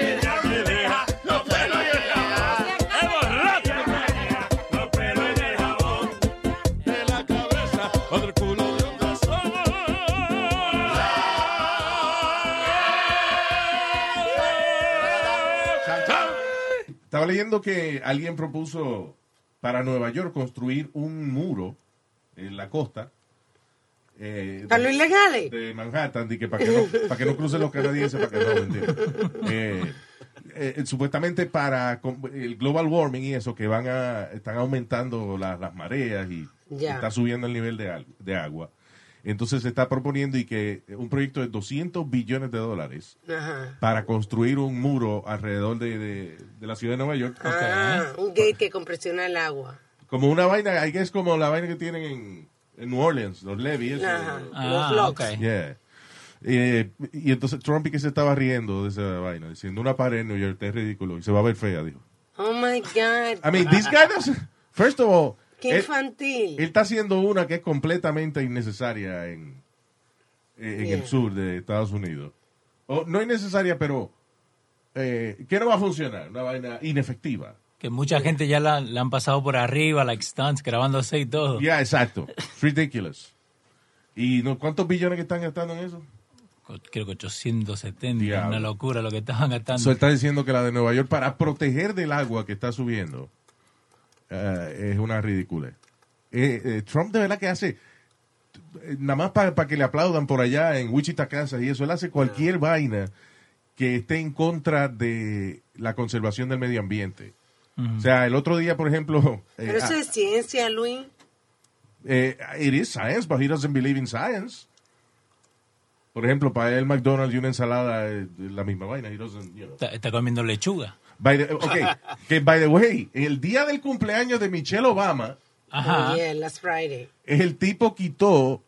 Speaker 1: Ella eh, me deja los pelos en el jabón. Es borracha. Los pelos en el jabón. De la cabeza o del culo de un gasón.
Speaker 5: Estaba leyendo que alguien propuso para Nueva York construir un muro en la costa. eh,
Speaker 10: ¿Para los
Speaker 5: de-
Speaker 10: ilegales?
Speaker 5: De Manhattan, de que para que, no, para que no crucen los canadienses, para que no, mentira. Eh, eh, supuestamente para con- el global warming y eso, que van a, están aumentando las- las mareas y
Speaker 10: Ya.
Speaker 5: está subiendo el nivel de, al- de agua. Entonces se está proponiendo y que un proyecto de 200 billones de dólares
Speaker 10: Ajá.
Speaker 5: para construir un muro alrededor de, de- de la ciudad de Nueva York.
Speaker 10: Ah, un gate que compresiona el agua.
Speaker 5: Como una vaina, que es como la vaina que tienen en, en New Orleans, los levees. eso.
Speaker 10: Ajá. Los
Speaker 12: Ah, locks. ok.
Speaker 5: Yeah. Eh, y entonces Trump y que se estaba riendo de esa vaina, diciendo una pared en New York es ridículo y se va a ver fea, dijo.
Speaker 10: Oh my God.
Speaker 5: I mean, this guy does- first of all,
Speaker 10: Qué
Speaker 5: él,
Speaker 10: infantil.
Speaker 5: él está haciendo una que es completamente innecesaria en, en
Speaker 10: Yeah.
Speaker 5: el sur de Estados Unidos. O, no innecesaria, pero eh, que no va a funcionar, una vaina inefectiva.
Speaker 12: Que mucha gente ya la, la han pasado por arriba, like stunts, grabándose y todo.
Speaker 5: Ya, exacto. It's ridiculous. ¿Y no, cuántos billones que están gastando en eso?
Speaker 12: Co- Creo que 870, una locura lo que estaban gastando.
Speaker 5: Eso está diciendo que la de Nueva York, para proteger del agua que está subiendo, eh, es una ridícula. eh, eh, Trump de verdad que hace, eh, nada más para que le aplaudan por allá en Wichita, Kansas y eso, él hace cualquier vaina que esté en contra de la conservación del medio ambiente. O sea, el otro día, por ejemplo... eh,
Speaker 6: Pero eso
Speaker 5: ah,
Speaker 6: es ciencia, Luis.
Speaker 5: eh, it is science, but he doesn't believe in science. Por ejemplo, para él McDonald's y una ensalada es la misma vaina. He doesn't, you know.
Speaker 12: Está, está comiendo lechuga.
Speaker 5: By the- okay, que by the way, el día del cumpleaños de Michelle Obama,
Speaker 6: Oh, yeah, last Friday.
Speaker 5: el tipo quitó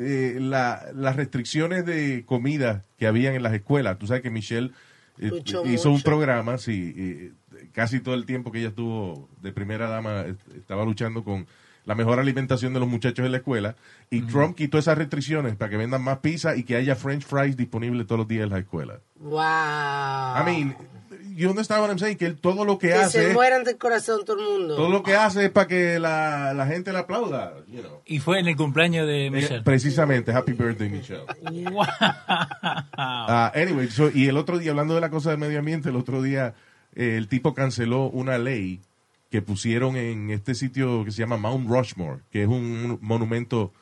Speaker 5: eh, la- las restricciones de comida que habían en las escuelas. Tú sabes que Michelle eh,
Speaker 6: Luchó
Speaker 5: hizo un
Speaker 6: mucho.
Speaker 5: programa, sí, eh, casi todo el tiempo que ella estuvo de primera dama, eh, estaba luchando con la mejor alimentación de los muchachos en la escuela. Y Trump quitó esas restricciones para que vendan más pizza y que haya French fries disponibles todos los días en la escuela.
Speaker 6: Wow.
Speaker 5: I mean, you understand what I'm saying? Que él todo lo que,
Speaker 6: que
Speaker 5: hace
Speaker 6: se
Speaker 5: es-
Speaker 6: mueran del corazón todo el mundo.
Speaker 5: todo lo que hace es para que la, la gente le aplauda. you know.
Speaker 12: Y fue en el cumpleaños
Speaker 11: Eh,
Speaker 12: de Eh, Michelle.
Speaker 5: Eh, Precisamente, happy birthday, Michelle. Ah, anyway, so, y el otro día, hablando de la cosa del medio ambiente, el otro día eh, el tipo canceló una ley que pusieron en este sitio que se llama Mount Rushmore, que es un monumento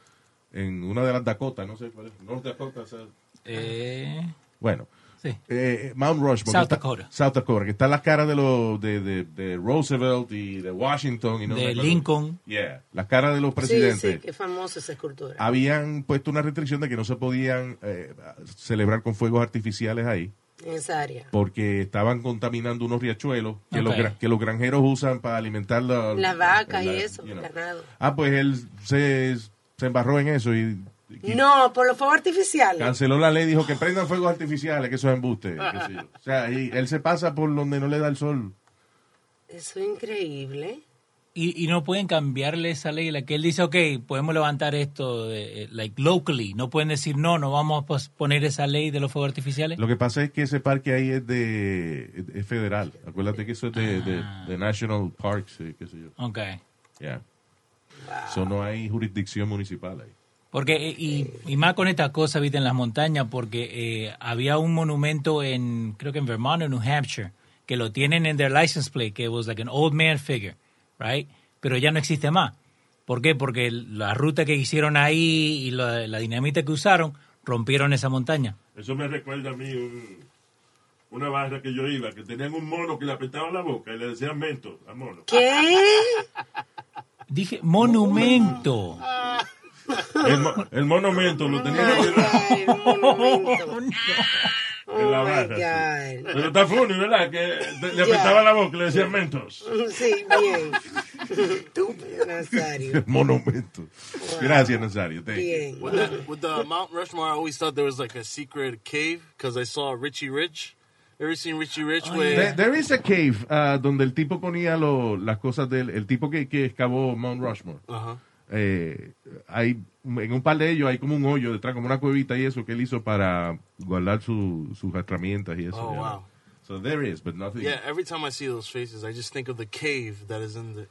Speaker 5: en una de las Dakotas, no sé cuál es, North Dakota, South-
Speaker 12: Eh,
Speaker 5: bueno,
Speaker 12: Sí.
Speaker 5: eh, Mount Rushmore.
Speaker 12: South
Speaker 5: que está-
Speaker 12: Dakota.
Speaker 5: South Dakota, que están las caras de, los de, de- de Roosevelt y de Washington. Y no sé
Speaker 12: de
Speaker 5: cuál-
Speaker 12: Lincoln.
Speaker 5: Yeah, las caras de los presidentes
Speaker 6: Sí, sí, qué famosa esa escultura.
Speaker 5: habían puesto una restricción de que no se podían eh, celebrar con fuegos artificiales ahí
Speaker 6: En esa área.
Speaker 5: porque estaban contaminando unos riachuelos que,
Speaker 6: Ok.
Speaker 5: los, gra- que los granjeros usan para alimentar la-
Speaker 6: Las vacas y
Speaker 5: la-
Speaker 6: eso,
Speaker 5: you know.
Speaker 6: ganado.
Speaker 5: Ah, pues él se, se embarró en eso y
Speaker 6: No, por los fuegos artificiales.
Speaker 5: canceló la ley, dijo que prendan fuegos artificiales, que eso es embuste. qué sé yo. O sea, y él se pasa por donde no le da el sol.
Speaker 6: Eso es increíble.
Speaker 12: Y, y no pueden cambiarle esa ley, la que él dice, ok, podemos levantar esto, de, eh, like, locally. No pueden decir, no, no vamos a pos- poner esa ley de los fuegos artificiales.
Speaker 5: Lo que pasa es que ese parque ahí es de es federal. Acuérdate que eso es de, de- de National Parks, eh, qué sé yo.
Speaker 12: Ok.
Speaker 5: Yeah. So no hay jurisdicción municipal ahí.
Speaker 12: Porque, eh, y, y más con estas cosas, viste, en las montañas, porque eh, había un monumento en, creo que en Vermont o New Hampshire, que lo tienen en their license plate, que was like an old man figure, right? Pero ya no existe más. ¿Por qué? Porque el- la ruta que hicieron ahí y la, la dinamita que usaron rompieron esa montaña.
Speaker 11: Eso me recuerda a mí un- una barra que yo iba, que tenían un mono que le apretaban la boca y le decían mento al mono.
Speaker 6: ¿Qué?
Speaker 12: Dije, monumento.
Speaker 11: El, mo- el monumento lo tenían
Speaker 6: Oh
Speaker 11: en la barra. sí. Pero está funny, ¿verdad? Que te- le
Speaker 6: Ya.
Speaker 11: apretaban la boca y le decían mentos.
Speaker 6: Sí, bien. Estúpido, Nazario.
Speaker 5: Monumento. Gracias, Nazario. Thank you.
Speaker 6: Bien.
Speaker 13: With the, with the Mount Rushmore, I always thought there was like a secret cave because I saw Richie Rich. Ever seen Richie Rich? where
Speaker 5: There, there is a cave ah, donde el tipo ponía lo- las cosas del el tipo que, que excavó Mount Rushmore.
Speaker 13: Ajá.
Speaker 5: Eh, hay en un par de ellos hay como un hoyo detrás, como una cuevita y eso que él hizo para guardar su- sus herramientas y eso.
Speaker 13: Oh,
Speaker 5: ya.
Speaker 13: wow.
Speaker 5: So there is, but nothing.
Speaker 13: Yeah, every time I see those faces, I just think of the cave that is in the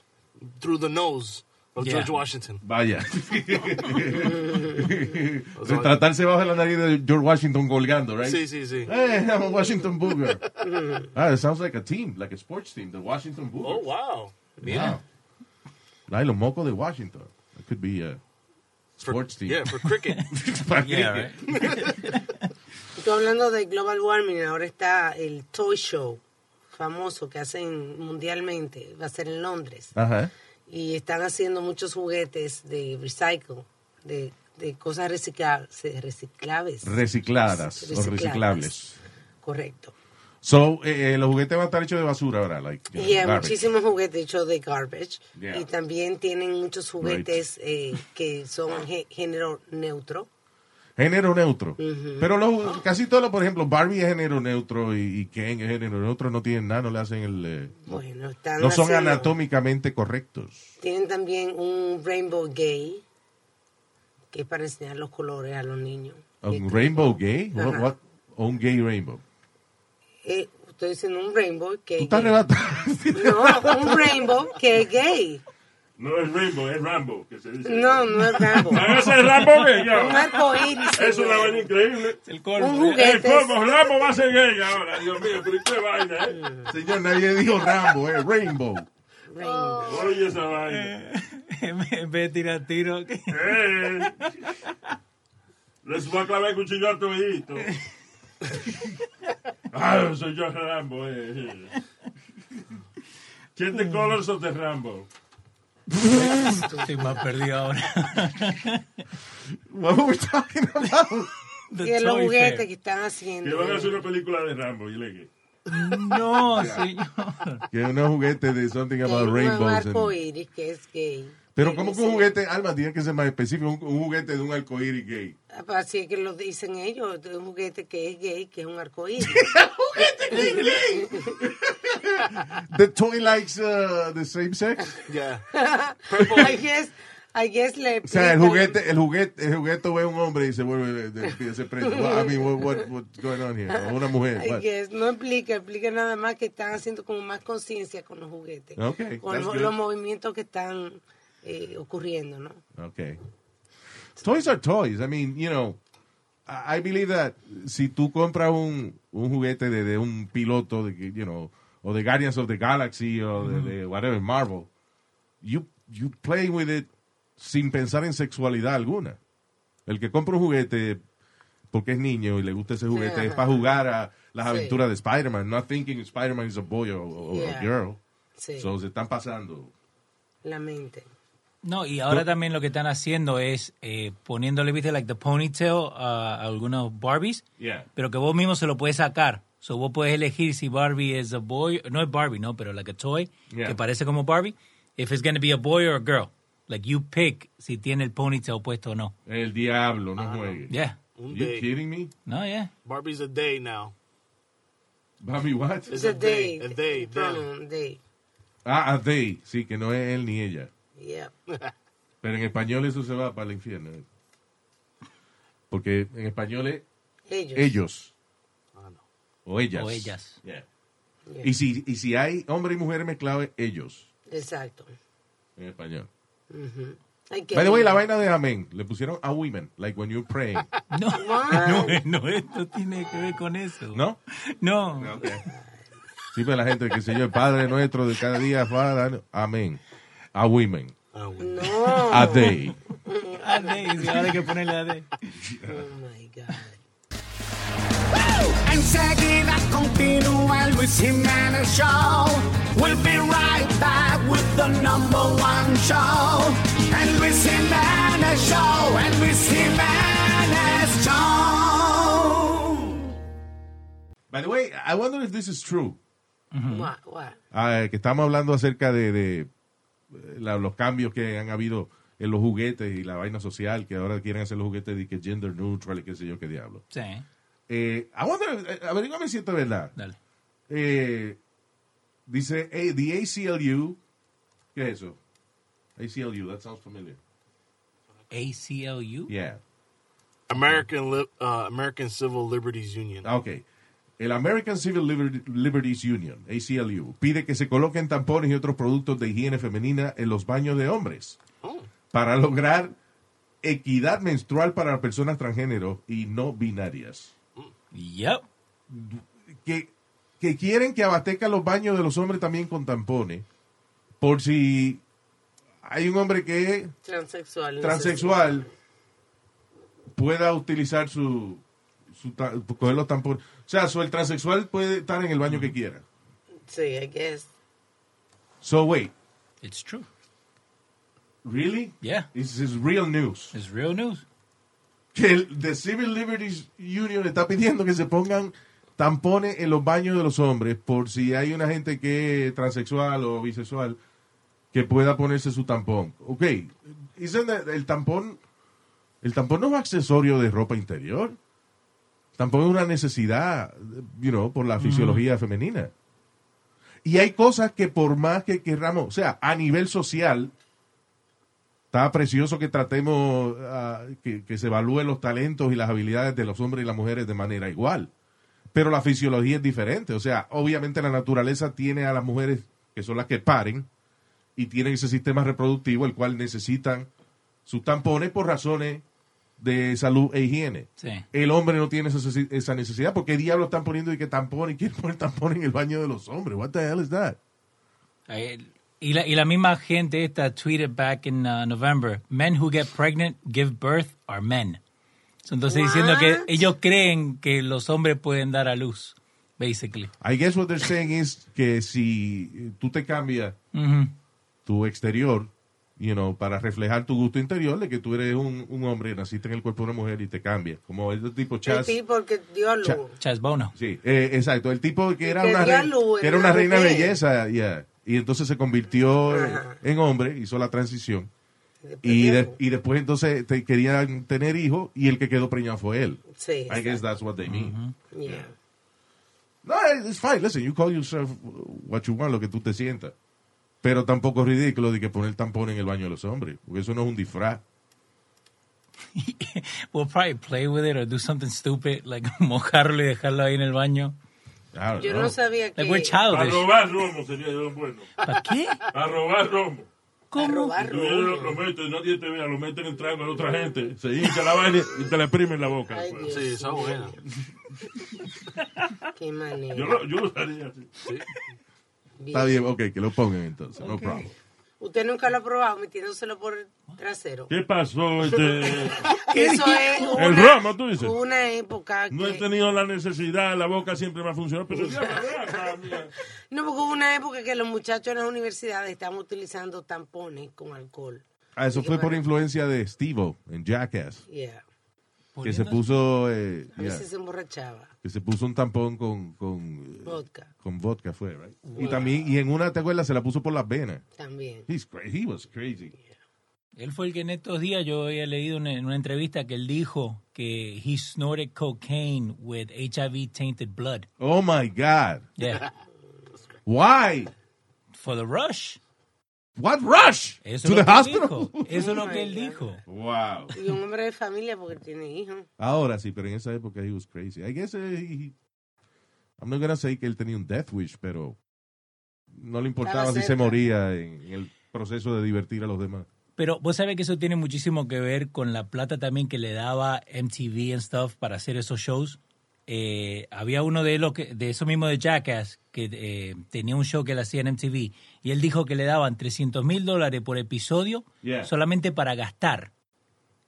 Speaker 13: through the nose of
Speaker 5: Yeah.
Speaker 13: George Washington.
Speaker 5: Vaya.
Speaker 13: That's all I-
Speaker 5: Retratarse bajo la nariz de George Washington colgando, right?
Speaker 13: Sí, sí, sí.
Speaker 5: Hey, I'm a Washington Booger. ah, it sounds like a team, like a sports team, the Washington Booger.
Speaker 13: Oh wow!
Speaker 5: Wow. Ay, los mocos de Washington. It could be a sports team.
Speaker 13: Yeah, for cricket.
Speaker 5: Para
Speaker 13: Yeah,
Speaker 5: cricket.
Speaker 6: Tú hablando de global warming, ahora está el Toy Show famoso que hacen mundialmente. Va a ser en Londres.
Speaker 5: Ajá.
Speaker 6: Y están haciendo muchos juguetes de recycle, de, de cosas recicla- se- reciclables.
Speaker 5: Recicladas o reciclables.
Speaker 6: Correcto.
Speaker 5: So, eh, eh, los juguetes van a estar hechos de basura ahora. Like, you know,
Speaker 6: Y hay
Speaker 5: garbage.
Speaker 6: muchísimos juguetes hechos de garbage.
Speaker 5: Yeah.
Speaker 6: Y también tienen muchos juguetes eh, que son gé- género neutro.
Speaker 5: Género neutro.
Speaker 6: Ujú.
Speaker 5: Pero los, casi todos, los, por ejemplo, Barbie es género neutro y, y Ken es género neutro. No tienen nada, no le hacen el... eh,
Speaker 6: Bueno, están
Speaker 5: no son
Speaker 6: haciendo-
Speaker 5: anatómicamente correctos.
Speaker 6: Tienen también un rainbow gay, que es para enseñar los colores a los niños.
Speaker 5: ¿Un rainbow gay? What,
Speaker 6: Ajá.
Speaker 5: what? ¿O un gay rainbow?
Speaker 6: Eh, estoy diciendo un rainbow que
Speaker 5: Tú estás arrebatado.
Speaker 6: No, un rainbow que es gay.
Speaker 11: No es Rainbow, es Rambo, que se dice.
Speaker 6: No, no es Rambo.
Speaker 11: Van a ser Rambo gay ahora.
Speaker 6: Un arcoíris, señor.
Speaker 11: Es una vaina increíble.
Speaker 12: El
Speaker 6: colmo. Un juguete.
Speaker 11: El colmo, Rambo va a ser gay ahora. Dios mío, pero qué vaina, ¿eh?
Speaker 5: Señor, nadie dijo Rambo, eh, rainbow.
Speaker 11: Oye, esa vaina.
Speaker 12: en vez de tirar tiro.
Speaker 11: Eh, les voy a clavar el cuchillo al tobillo. Ah, soy yo Rambo. Eh. ¿Quién te colors o te Rambo?
Speaker 12: Estoy más perdido ahora.
Speaker 5: What were we talking about?
Speaker 6: Y de los juguetes que están haciendo.
Speaker 11: Que van a hacer una película de Rambo, y le
Speaker 12: No, señor.
Speaker 5: Que es un juguete de something
Speaker 6: Que hay
Speaker 5: about
Speaker 6: un
Speaker 5: rainbows. and-
Speaker 6: arco iris que es gay.
Speaker 5: Pero como que un juguete, Alma, tiene que ser más específico, un, un juguete de un arcoíris gay.
Speaker 6: Así es que lo dicen ellos, de un juguete que es gay, que es un arco iris.
Speaker 5: The toy likes uh, the same sex.
Speaker 13: Yeah.
Speaker 6: Pues, I guess, I guess le
Speaker 5: O sea, el
Speaker 6: explican-
Speaker 5: juguete, el juguete, el juguete ve a un hombre y se vuelve, de- de- se prende. Well, I mean, what, what, what's going on here? O Una mujer. pues.
Speaker 6: I
Speaker 5: what?
Speaker 6: guess, no explica, explica nada más que están haciendo como más conciencia con los juguetes.
Speaker 5: Okay,
Speaker 6: con
Speaker 5: that's
Speaker 6: los,
Speaker 5: good.
Speaker 6: los movimientos que están eh, ocurriendo, ¿no?
Speaker 5: Okay. Toys are toys. I mean, you know, I I believe that si tú compras un, un juguete de, de un piloto, de, que, you know, o de Guardians of the Galaxy o de, de whatever, Marvel, you, you play with it sin pensar en sexualidad alguna. El que compra un juguete porque es niño y le gusta ese juguete
Speaker 6: Ajá.
Speaker 5: es para jugar a las
Speaker 6: Sí.
Speaker 5: aventuras de Spider-Man, not thinking Spider-Man is a boy or, or
Speaker 6: Yeah.
Speaker 5: a girl.
Speaker 6: Sí.
Speaker 5: So se están pasando.
Speaker 6: La mente.
Speaker 12: No, y ahora también lo que están haciendo es eh, poniéndole, viste, like the ponytail a algunos Barbies,
Speaker 5: Yeah.
Speaker 12: pero que vos mismo se lo puedes sacar. So vos puedes elegir si Barbie es a boy, no es Barbie, no, pero like a toy,
Speaker 5: Yeah.
Speaker 12: que parece como Barbie, if it's going to be a boy or a girl. Like you pick si tiene el ponytail puesto o no.
Speaker 5: El diablo, no juegue.
Speaker 12: Yeah.
Speaker 13: Un
Speaker 5: You
Speaker 13: day.
Speaker 5: kidding me?
Speaker 12: No, yeah.
Speaker 13: Barbie's a day now.
Speaker 5: Bobby, what?
Speaker 13: It's a day. A day. them.
Speaker 6: Pronoun, they.
Speaker 5: Ah, a they, sí, que no es él ni ella.
Speaker 6: Yeah.
Speaker 5: Pero en español eso se va para el infierno. Porque en español es
Speaker 6: Ellos.
Speaker 5: ellos.
Speaker 13: Ah,
Speaker 5: O ellas.
Speaker 12: O ellas.
Speaker 5: Yeah.
Speaker 6: Yeah.
Speaker 5: Y, si, y si hay hombre y mujer mezclados, es ellos.
Speaker 6: Exacto.
Speaker 5: En español.
Speaker 6: Ujú. Ay, qué
Speaker 5: By the way,
Speaker 6: lindo.
Speaker 5: la vaina de amén. Le pusieron a women, like when you're praying.
Speaker 12: No, no,
Speaker 5: What?
Speaker 12: no, esto tiene que ver con eso.
Speaker 5: ¿No?
Speaker 12: No.
Speaker 5: Sí, pero la gente que se yo, el Padre nuestro de cada día, Father, amén. A women.
Speaker 6: No.
Speaker 5: A they.
Speaker 12: A day, sí, ahora hay que ponerle a day.
Speaker 6: oh
Speaker 14: Enseguida continúa el Luis Jiménez Show. We'll be right back with the number one show. El Luis Jiménez Show. El Luis Jiménez Show.
Speaker 5: By the way, I wonder if this is true.
Speaker 6: What, what?
Speaker 5: Ah, que estamos hablando acerca de, de, eh, la- los cambios que han habido en los juguetes y la vaina social, que ahora quieren hacer los juguetes de que gender neutral y qué sé yo qué diablo.
Speaker 12: Sí.
Speaker 5: Eh, I wonder- eh, averígame si esto es verdad.
Speaker 12: Dale.
Speaker 5: Eh, dice, eh, the ACLU, ¿qué es eso? ACLU, that sounds familiar.
Speaker 12: ACLU.
Speaker 5: Yeah.
Speaker 13: American Li- uh, American Civil Liberties Union.
Speaker 5: Ah, Ok. El American Civil Liber- Liberties Union, ACLU, pide que se coloquen tampones y otros productos de higiene femenina en los baños de hombres
Speaker 13: Oh.
Speaker 5: para lograr equidad menstrual para personas transgénero y no binarias.
Speaker 12: Yep.
Speaker 5: Que, que quieren que abastecan los baños de los hombres también con tampones por si hay un hombre que es
Speaker 6: Transexual. no sé.
Speaker 5: transexual pueda utilizar su, su ta- coger los tampones. O sea, so el transexual puede estar en el baño que quiera.
Speaker 6: Sí, I guess.
Speaker 5: So wait,
Speaker 12: It's true.
Speaker 5: really?
Speaker 12: Yeah.
Speaker 5: This is real news.
Speaker 12: It's real news.
Speaker 5: Que el the Civil Liberties Union está pidiendo que se pongan tampones en los baños de los hombres por si hay una gente que es transexual o bisexual que pueda ponerse su tampón. Ok, dicen that el tampón, el tampón no es un accesorio de ropa interior. Tampoco es una necesidad, you know, por la fisiología femenina. Y hay cosas que por más que querramos, o sea, a nivel social, está precioso que tratemos, ah, que, que se evalúen los talentos y las habilidades de los hombres y las mujeres de manera igual. Pero la fisiología es diferente. O sea, obviamente la naturaleza tiene a las mujeres, que son las que paren, y tienen ese sistema reproductivo, el cual necesitan sus tampones por razones de salud e higiene.
Speaker 12: Sí.
Speaker 5: El hombre no tiene esa necesi- esa necesidad. porque qué diablos están poniendo y qué tampones? ¿Quién pone tampones en el baño de los hombres? What the hell is that?
Speaker 12: Ahí, Y la, y la misma gente esta tweeted back in uh, November, men who get pregnant, give birth, are men. So, Entonces diciendo que ellos creen que los hombres pueden dar a luz, basically.
Speaker 5: I guess what they're saying is que si eh, tú te cambias
Speaker 12: Ujú.
Speaker 5: tu exterior, you know, para reflejar tu gusto interior de que tú eres un, un hombre, naciste en el cuerpo de una mujer y te cambias. Como el tipo Chas.
Speaker 6: Sí, porque dio luz.
Speaker 5: Cha-
Speaker 12: Chas Bono.
Speaker 5: Sí, eh, exacto. El tipo que era
Speaker 6: que
Speaker 5: una,
Speaker 6: dio a
Speaker 5: reina-
Speaker 6: luz,
Speaker 5: que era
Speaker 6: era
Speaker 5: una reina de
Speaker 6: mujer.
Speaker 5: belleza, yeah. y entonces se convirtió eh, en hombre, hizo la transición. Y, de- y después entonces te querían tener hijos y el que quedó preñado fue él.
Speaker 6: Sí,
Speaker 5: I guess that's what they mean.
Speaker 6: Yeah.
Speaker 5: No, eh, it's fine. Listen, you call yourself what you want, lo que tú te sientas. Pero tampoco es ridículo de que poner tampón en el baño de los hombres, porque eso no es un disfraz.
Speaker 12: We'll probably play with it or do something stupid, like mojarlo y dejarlo ahí en el baño.
Speaker 6: Yo
Speaker 5: Oh.
Speaker 6: no sabía que...
Speaker 12: Like we're childish.
Speaker 11: Para robar romo sería lo bueno.
Speaker 12: ¿Para qué?
Speaker 11: Para robar romo.
Speaker 12: ¿Cómo?
Speaker 11: Si tú lo, lo meten, nadie te vea, lo meten entrando a otra gente, se hincha la vaina y te la exprimen en la boca. después.
Speaker 13: Sí, está buena.
Speaker 6: Qué manera.
Speaker 11: Yo lo, yo lo haría así.
Speaker 5: Está bien, ok, que lo pongan entonces, no
Speaker 6: Ok.
Speaker 5: problem.
Speaker 6: Usted nunca lo ha probado metiéndoselo por el trasero.
Speaker 11: ¿Qué pasó? Este,
Speaker 6: Eso es una,
Speaker 11: El romo, tú dices.
Speaker 6: una época que...
Speaker 11: No he tenido la necesidad, la boca siempre me ha funcionado, pero ya me vea, cara mía.
Speaker 6: No, porque hubo una época que los muchachos en las universidades estaban utilizando tampones con alcohol.
Speaker 5: Ah, eso fue por influencia de Steve en Jackass,
Speaker 6: Yeah.
Speaker 5: que se puso eh,
Speaker 6: A veces
Speaker 5: yeah,
Speaker 6: se emborrachaba.
Speaker 5: que se puso un tampón con con, eh,
Speaker 6: Vodka.
Speaker 5: con vodka fue, right? Y
Speaker 6: Wow.
Speaker 5: también y en una te acuerdas se la puso por las venas.
Speaker 6: También.
Speaker 5: He's cra- he was crazy.
Speaker 12: Él fue el que en estos días yo había leído en en una entrevista que él dijo que he snorted cocaine with HIV tainted blood.
Speaker 5: Oh my god.
Speaker 12: Yeah.
Speaker 5: Why?
Speaker 12: For the rush.
Speaker 5: What rush?
Speaker 12: Eso
Speaker 5: to
Speaker 12: es lo
Speaker 5: the
Speaker 12: que él
Speaker 5: hospital.
Speaker 12: dijo. Eso es
Speaker 6: Oh
Speaker 12: lo
Speaker 6: my
Speaker 12: que él
Speaker 6: God.
Speaker 12: dijo.
Speaker 5: Wow.
Speaker 6: Y un hombre de familia porque tiene hijos.
Speaker 5: Ahora sí, pero en esa época he was crazy. I guess eh, he- he- I'm not gonna say que él tenía un death wish, pero no le importaba
Speaker 12: Estaba
Speaker 5: si se
Speaker 12: cerca.
Speaker 5: moría en, en el proceso de divertir a los demás.
Speaker 12: Pero vos sabés que eso tiene muchísimo que ver con la plata también que le daba MTV and stuff para hacer esos shows. Eh, había uno de los que, de eso mismo de Jackass que eh, tenía un show que le hacía en MTV y él dijo que le daban 300 mil dólares por episodio
Speaker 5: Yeah.
Speaker 12: solamente para gastar.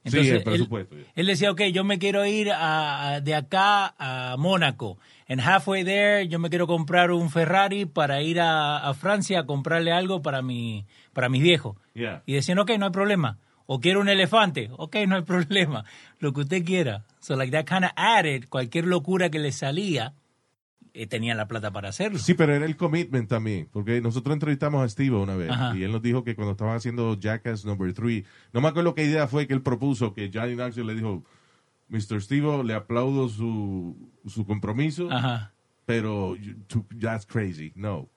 Speaker 5: Sí, el presupuesto,
Speaker 12: Él,
Speaker 5: yeah.
Speaker 12: él decía, ok, yo me quiero ir a- a- de acá a Mónaco. En halfway there, yo me quiero comprar un Ferrari para ir a, a Francia a comprarle algo para mi, para mis viejos.
Speaker 5: Yeah.
Speaker 12: Y decían, ok, no hay problema. O quiero un elefante, ok, no hay problema. Lo que usted quiera. So, like that kind of added, cualquier locura que le salía, eh, tenía la plata para hacerlo.
Speaker 5: Sí, pero era el commitment también, porque nosotros entrevistamos a Steve una vez
Speaker 12: Ajá.
Speaker 5: y él nos dijo que cuando estaban haciendo Jackass Number 3, no me acuerdo qué idea fue que él propuso, que Johnny Knoxville le dijo, Mr. Steve, le aplaudo su, su compromiso,
Speaker 12: Ajá.
Speaker 5: pero you- to- that's crazy, no.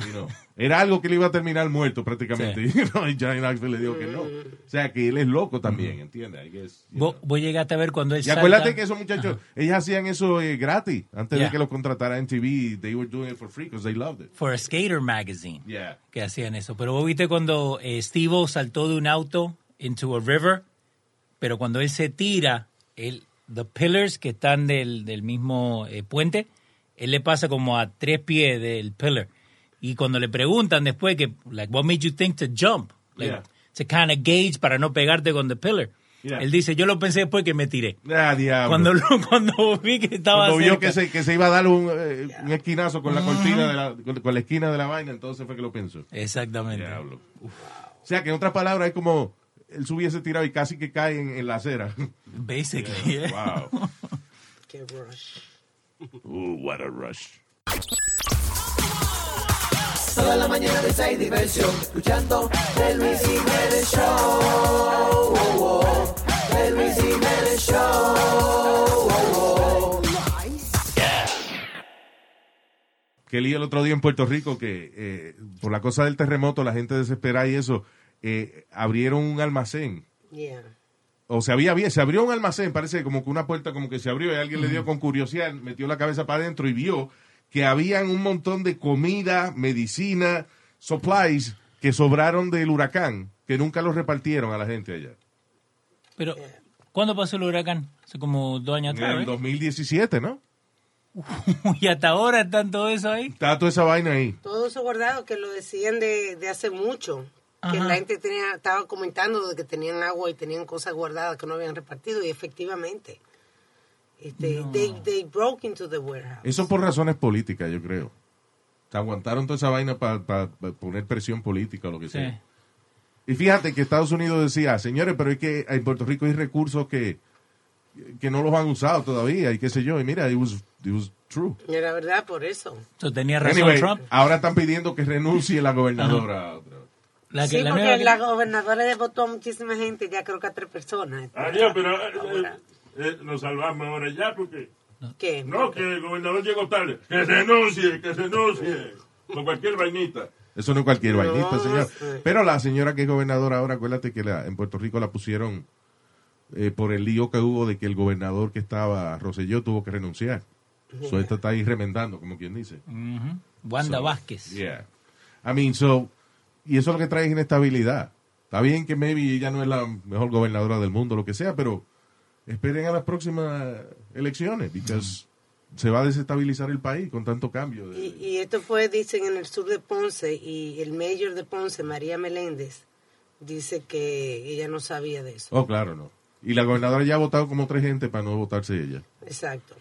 Speaker 5: You know. Era algo que le iba a terminar muerto prácticamente. you know, y Johnny Knoxville le dijo que no. O sea, que él es loco también, ¿entiendes? I guess.
Speaker 12: Vos, vos llegaste a ver cuando él
Speaker 5: Y acuérdate
Speaker 12: salta-
Speaker 5: que esos muchachos, ellos hacían eso eh, gratis antes
Speaker 12: Yeah.
Speaker 5: de que los contratara en TV. They were doing it for free because they loved it.
Speaker 12: For a Skater Magazine.
Speaker 5: Yeah.
Speaker 12: Que hacían eso. Pero vos viste cuando eh, Steve saltó de un auto into a river, pero cuando él se tira, él, the pillars que están del, del mismo eh, puente, él le pasa como a tres pies del pillar. Y cuando le preguntan después que, like, what made you think to jump? Like,
Speaker 5: Yeah.
Speaker 12: to kind of gauge para no pegarte con the pillar.
Speaker 5: Yeah.
Speaker 12: Él dice, yo lo pensé después que me tiré.
Speaker 5: Ah, diablo.
Speaker 12: Cuando, lo- cuando vi que estaba
Speaker 5: Cuando vio
Speaker 12: cerca.
Speaker 5: que se, que se iba a dar un, eh, un esquinazo con la cortina, de la- con, con la esquina de la vaina, entonces fue que lo pensó.
Speaker 12: Exactamente.
Speaker 5: Diablo. Uf. O sea, que en otras palabras es como él se hubiese tirado y casi que cae en, en la acera.
Speaker 12: Basically, yeah.
Speaker 5: Wow.
Speaker 6: Qué rush.
Speaker 5: Ooh, what a rush.
Speaker 14: Toda la mañana de esa diversión, escuchando el Luis Jiménez Show. Oh, oh, oh. El Luis Jiménez Show. Oh, oh, oh.
Speaker 5: que lío el otro día en Puerto Rico que eh, por la cosa del terremoto la gente desesperada y eso eh, abrieron un almacén
Speaker 6: Yeah.
Speaker 5: o se había había- se abrió un almacén parece como que una puerta como que se abrió y alguien le dio con curiosidad metió la cabeza para adentro y vio que habían un montón de comida medicina supplies que sobraron del huracán que nunca los repartieron a la gente allá
Speaker 12: Pero, ¿cuándo pasó el huracán? Hace como dos años
Speaker 5: en
Speaker 12: atrás.
Speaker 5: el
Speaker 12: ¿eh?
Speaker 5: 2017 no
Speaker 12: y hasta ahora están todo eso ahí.
Speaker 5: Está toda esa vaina ahí.
Speaker 6: Todo eso guardado que lo decían de, de hace mucho. Que
Speaker 12: Ajá.
Speaker 6: la gente tenía, estaba comentando de que tenían agua y tenían cosas guardadas que no habían repartido. Y efectivamente, este, they, they broke into the warehouse.
Speaker 5: Eso por razones políticas, yo creo. Se aguantaron toda esa vaina para poner presión política o lo que sea. Y fíjate que Estados Unidos decía, señores, pero es que en Puerto Rico hay recursos que, que no los han usado todavía y qué sé yo. Y mira, it was, it was true.
Speaker 6: Y era verdad por eso.
Speaker 12: Entonces tenía razón
Speaker 5: Anyway,
Speaker 12: Trump.
Speaker 5: Ahora están pidiendo que renuncie la gobernadora.
Speaker 12: La que,
Speaker 6: sí,
Speaker 12: la nueva
Speaker 6: porque
Speaker 12: que-
Speaker 6: la gobernadora le votó a muchísima gente, ya creo que a tres personas. este,
Speaker 11: Ah, ya, pero eh, eh, eh, nos salvamos ahora ya porque...
Speaker 6: ¿Qué?
Speaker 11: No, que el gobernador llegó tarde. Que renuncie, que renuncie. Con cualquier vainita.
Speaker 5: Eso no es cualquier
Speaker 11: No,
Speaker 5: vainita, señor.
Speaker 11: sí.
Speaker 5: Pero la señora que es gobernadora ahora, acuérdate que la- en Puerto Rico la pusieron eh, por el lío que hubo de que el gobernador que estaba, Roselló, tuvo que renunciar. So, esta está ahí remendando, como quien dice.
Speaker 12: Ujú. Wanda
Speaker 5: So,
Speaker 12: Vázquez.
Speaker 5: Yeah. I mean, so, y eso lo que trae es inestabilidad. Está bien que maybe ella no es la mejor gobernadora del mundo, lo que sea, pero esperen a las próximas elecciones, because se va a desestabilizar el país con tanto cambio.
Speaker 6: Y, y esto fue, dicen, en el sur de Ponce y el mayor de Ponce, María Meléndez, dice que ella no sabía de eso.
Speaker 5: Oh, claro, no. Y la gobernadora ya ha votado como tres gente para no votarse ella.
Speaker 6: Exacto.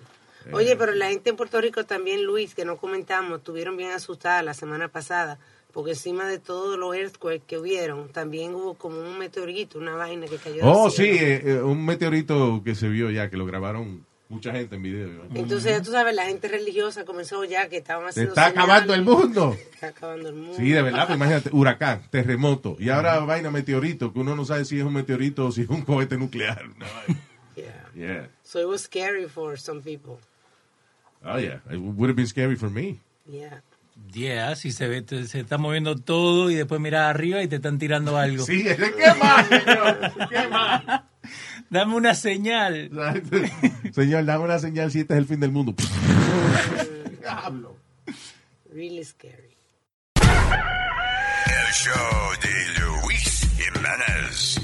Speaker 5: Eh.
Speaker 6: Oye, pero la gente en Puerto Rico también, Luis, que no comentamos, estuvieron bien asustadas la semana pasada, porque encima de todos los earthquakes que hubieron, también hubo como un meteorito, una vaina que cayó. del
Speaker 5: Oh, sí,
Speaker 6: cielo.
Speaker 5: eh, eh, un meteorito que se vio ya, que lo grabaron mucha gente en video. ¿no?
Speaker 6: Entonces, ya tú sabes, la gente religiosa comenzó ya que estaban
Speaker 5: Se
Speaker 6: haciendo.
Speaker 5: está
Speaker 6: señales.
Speaker 5: acabando el mundo.
Speaker 6: Está acabando el mundo.
Speaker 5: Sí, de verdad, pues imagínate, huracán, terremoto, y ahora vaina meteorito, que uno no sabe si es un meteorito o si es un cohete nuclear. una vaina.
Speaker 6: Yeah.
Speaker 5: Yeah.
Speaker 6: So it was scary for some people.
Speaker 5: Oh, yeah. It would have been scary for me.
Speaker 6: Yeah.
Speaker 12: Yeah, si se ve, te- se está moviendo todo y después miras arriba y te están tirando algo.
Speaker 5: Sí, ¿qué más, señor?
Speaker 12: ¿Qué más? Dame una señal.
Speaker 5: Señor, dame una señal si este es el fin del mundo.
Speaker 6: Really scary.
Speaker 4: El show de Luis Jiménez.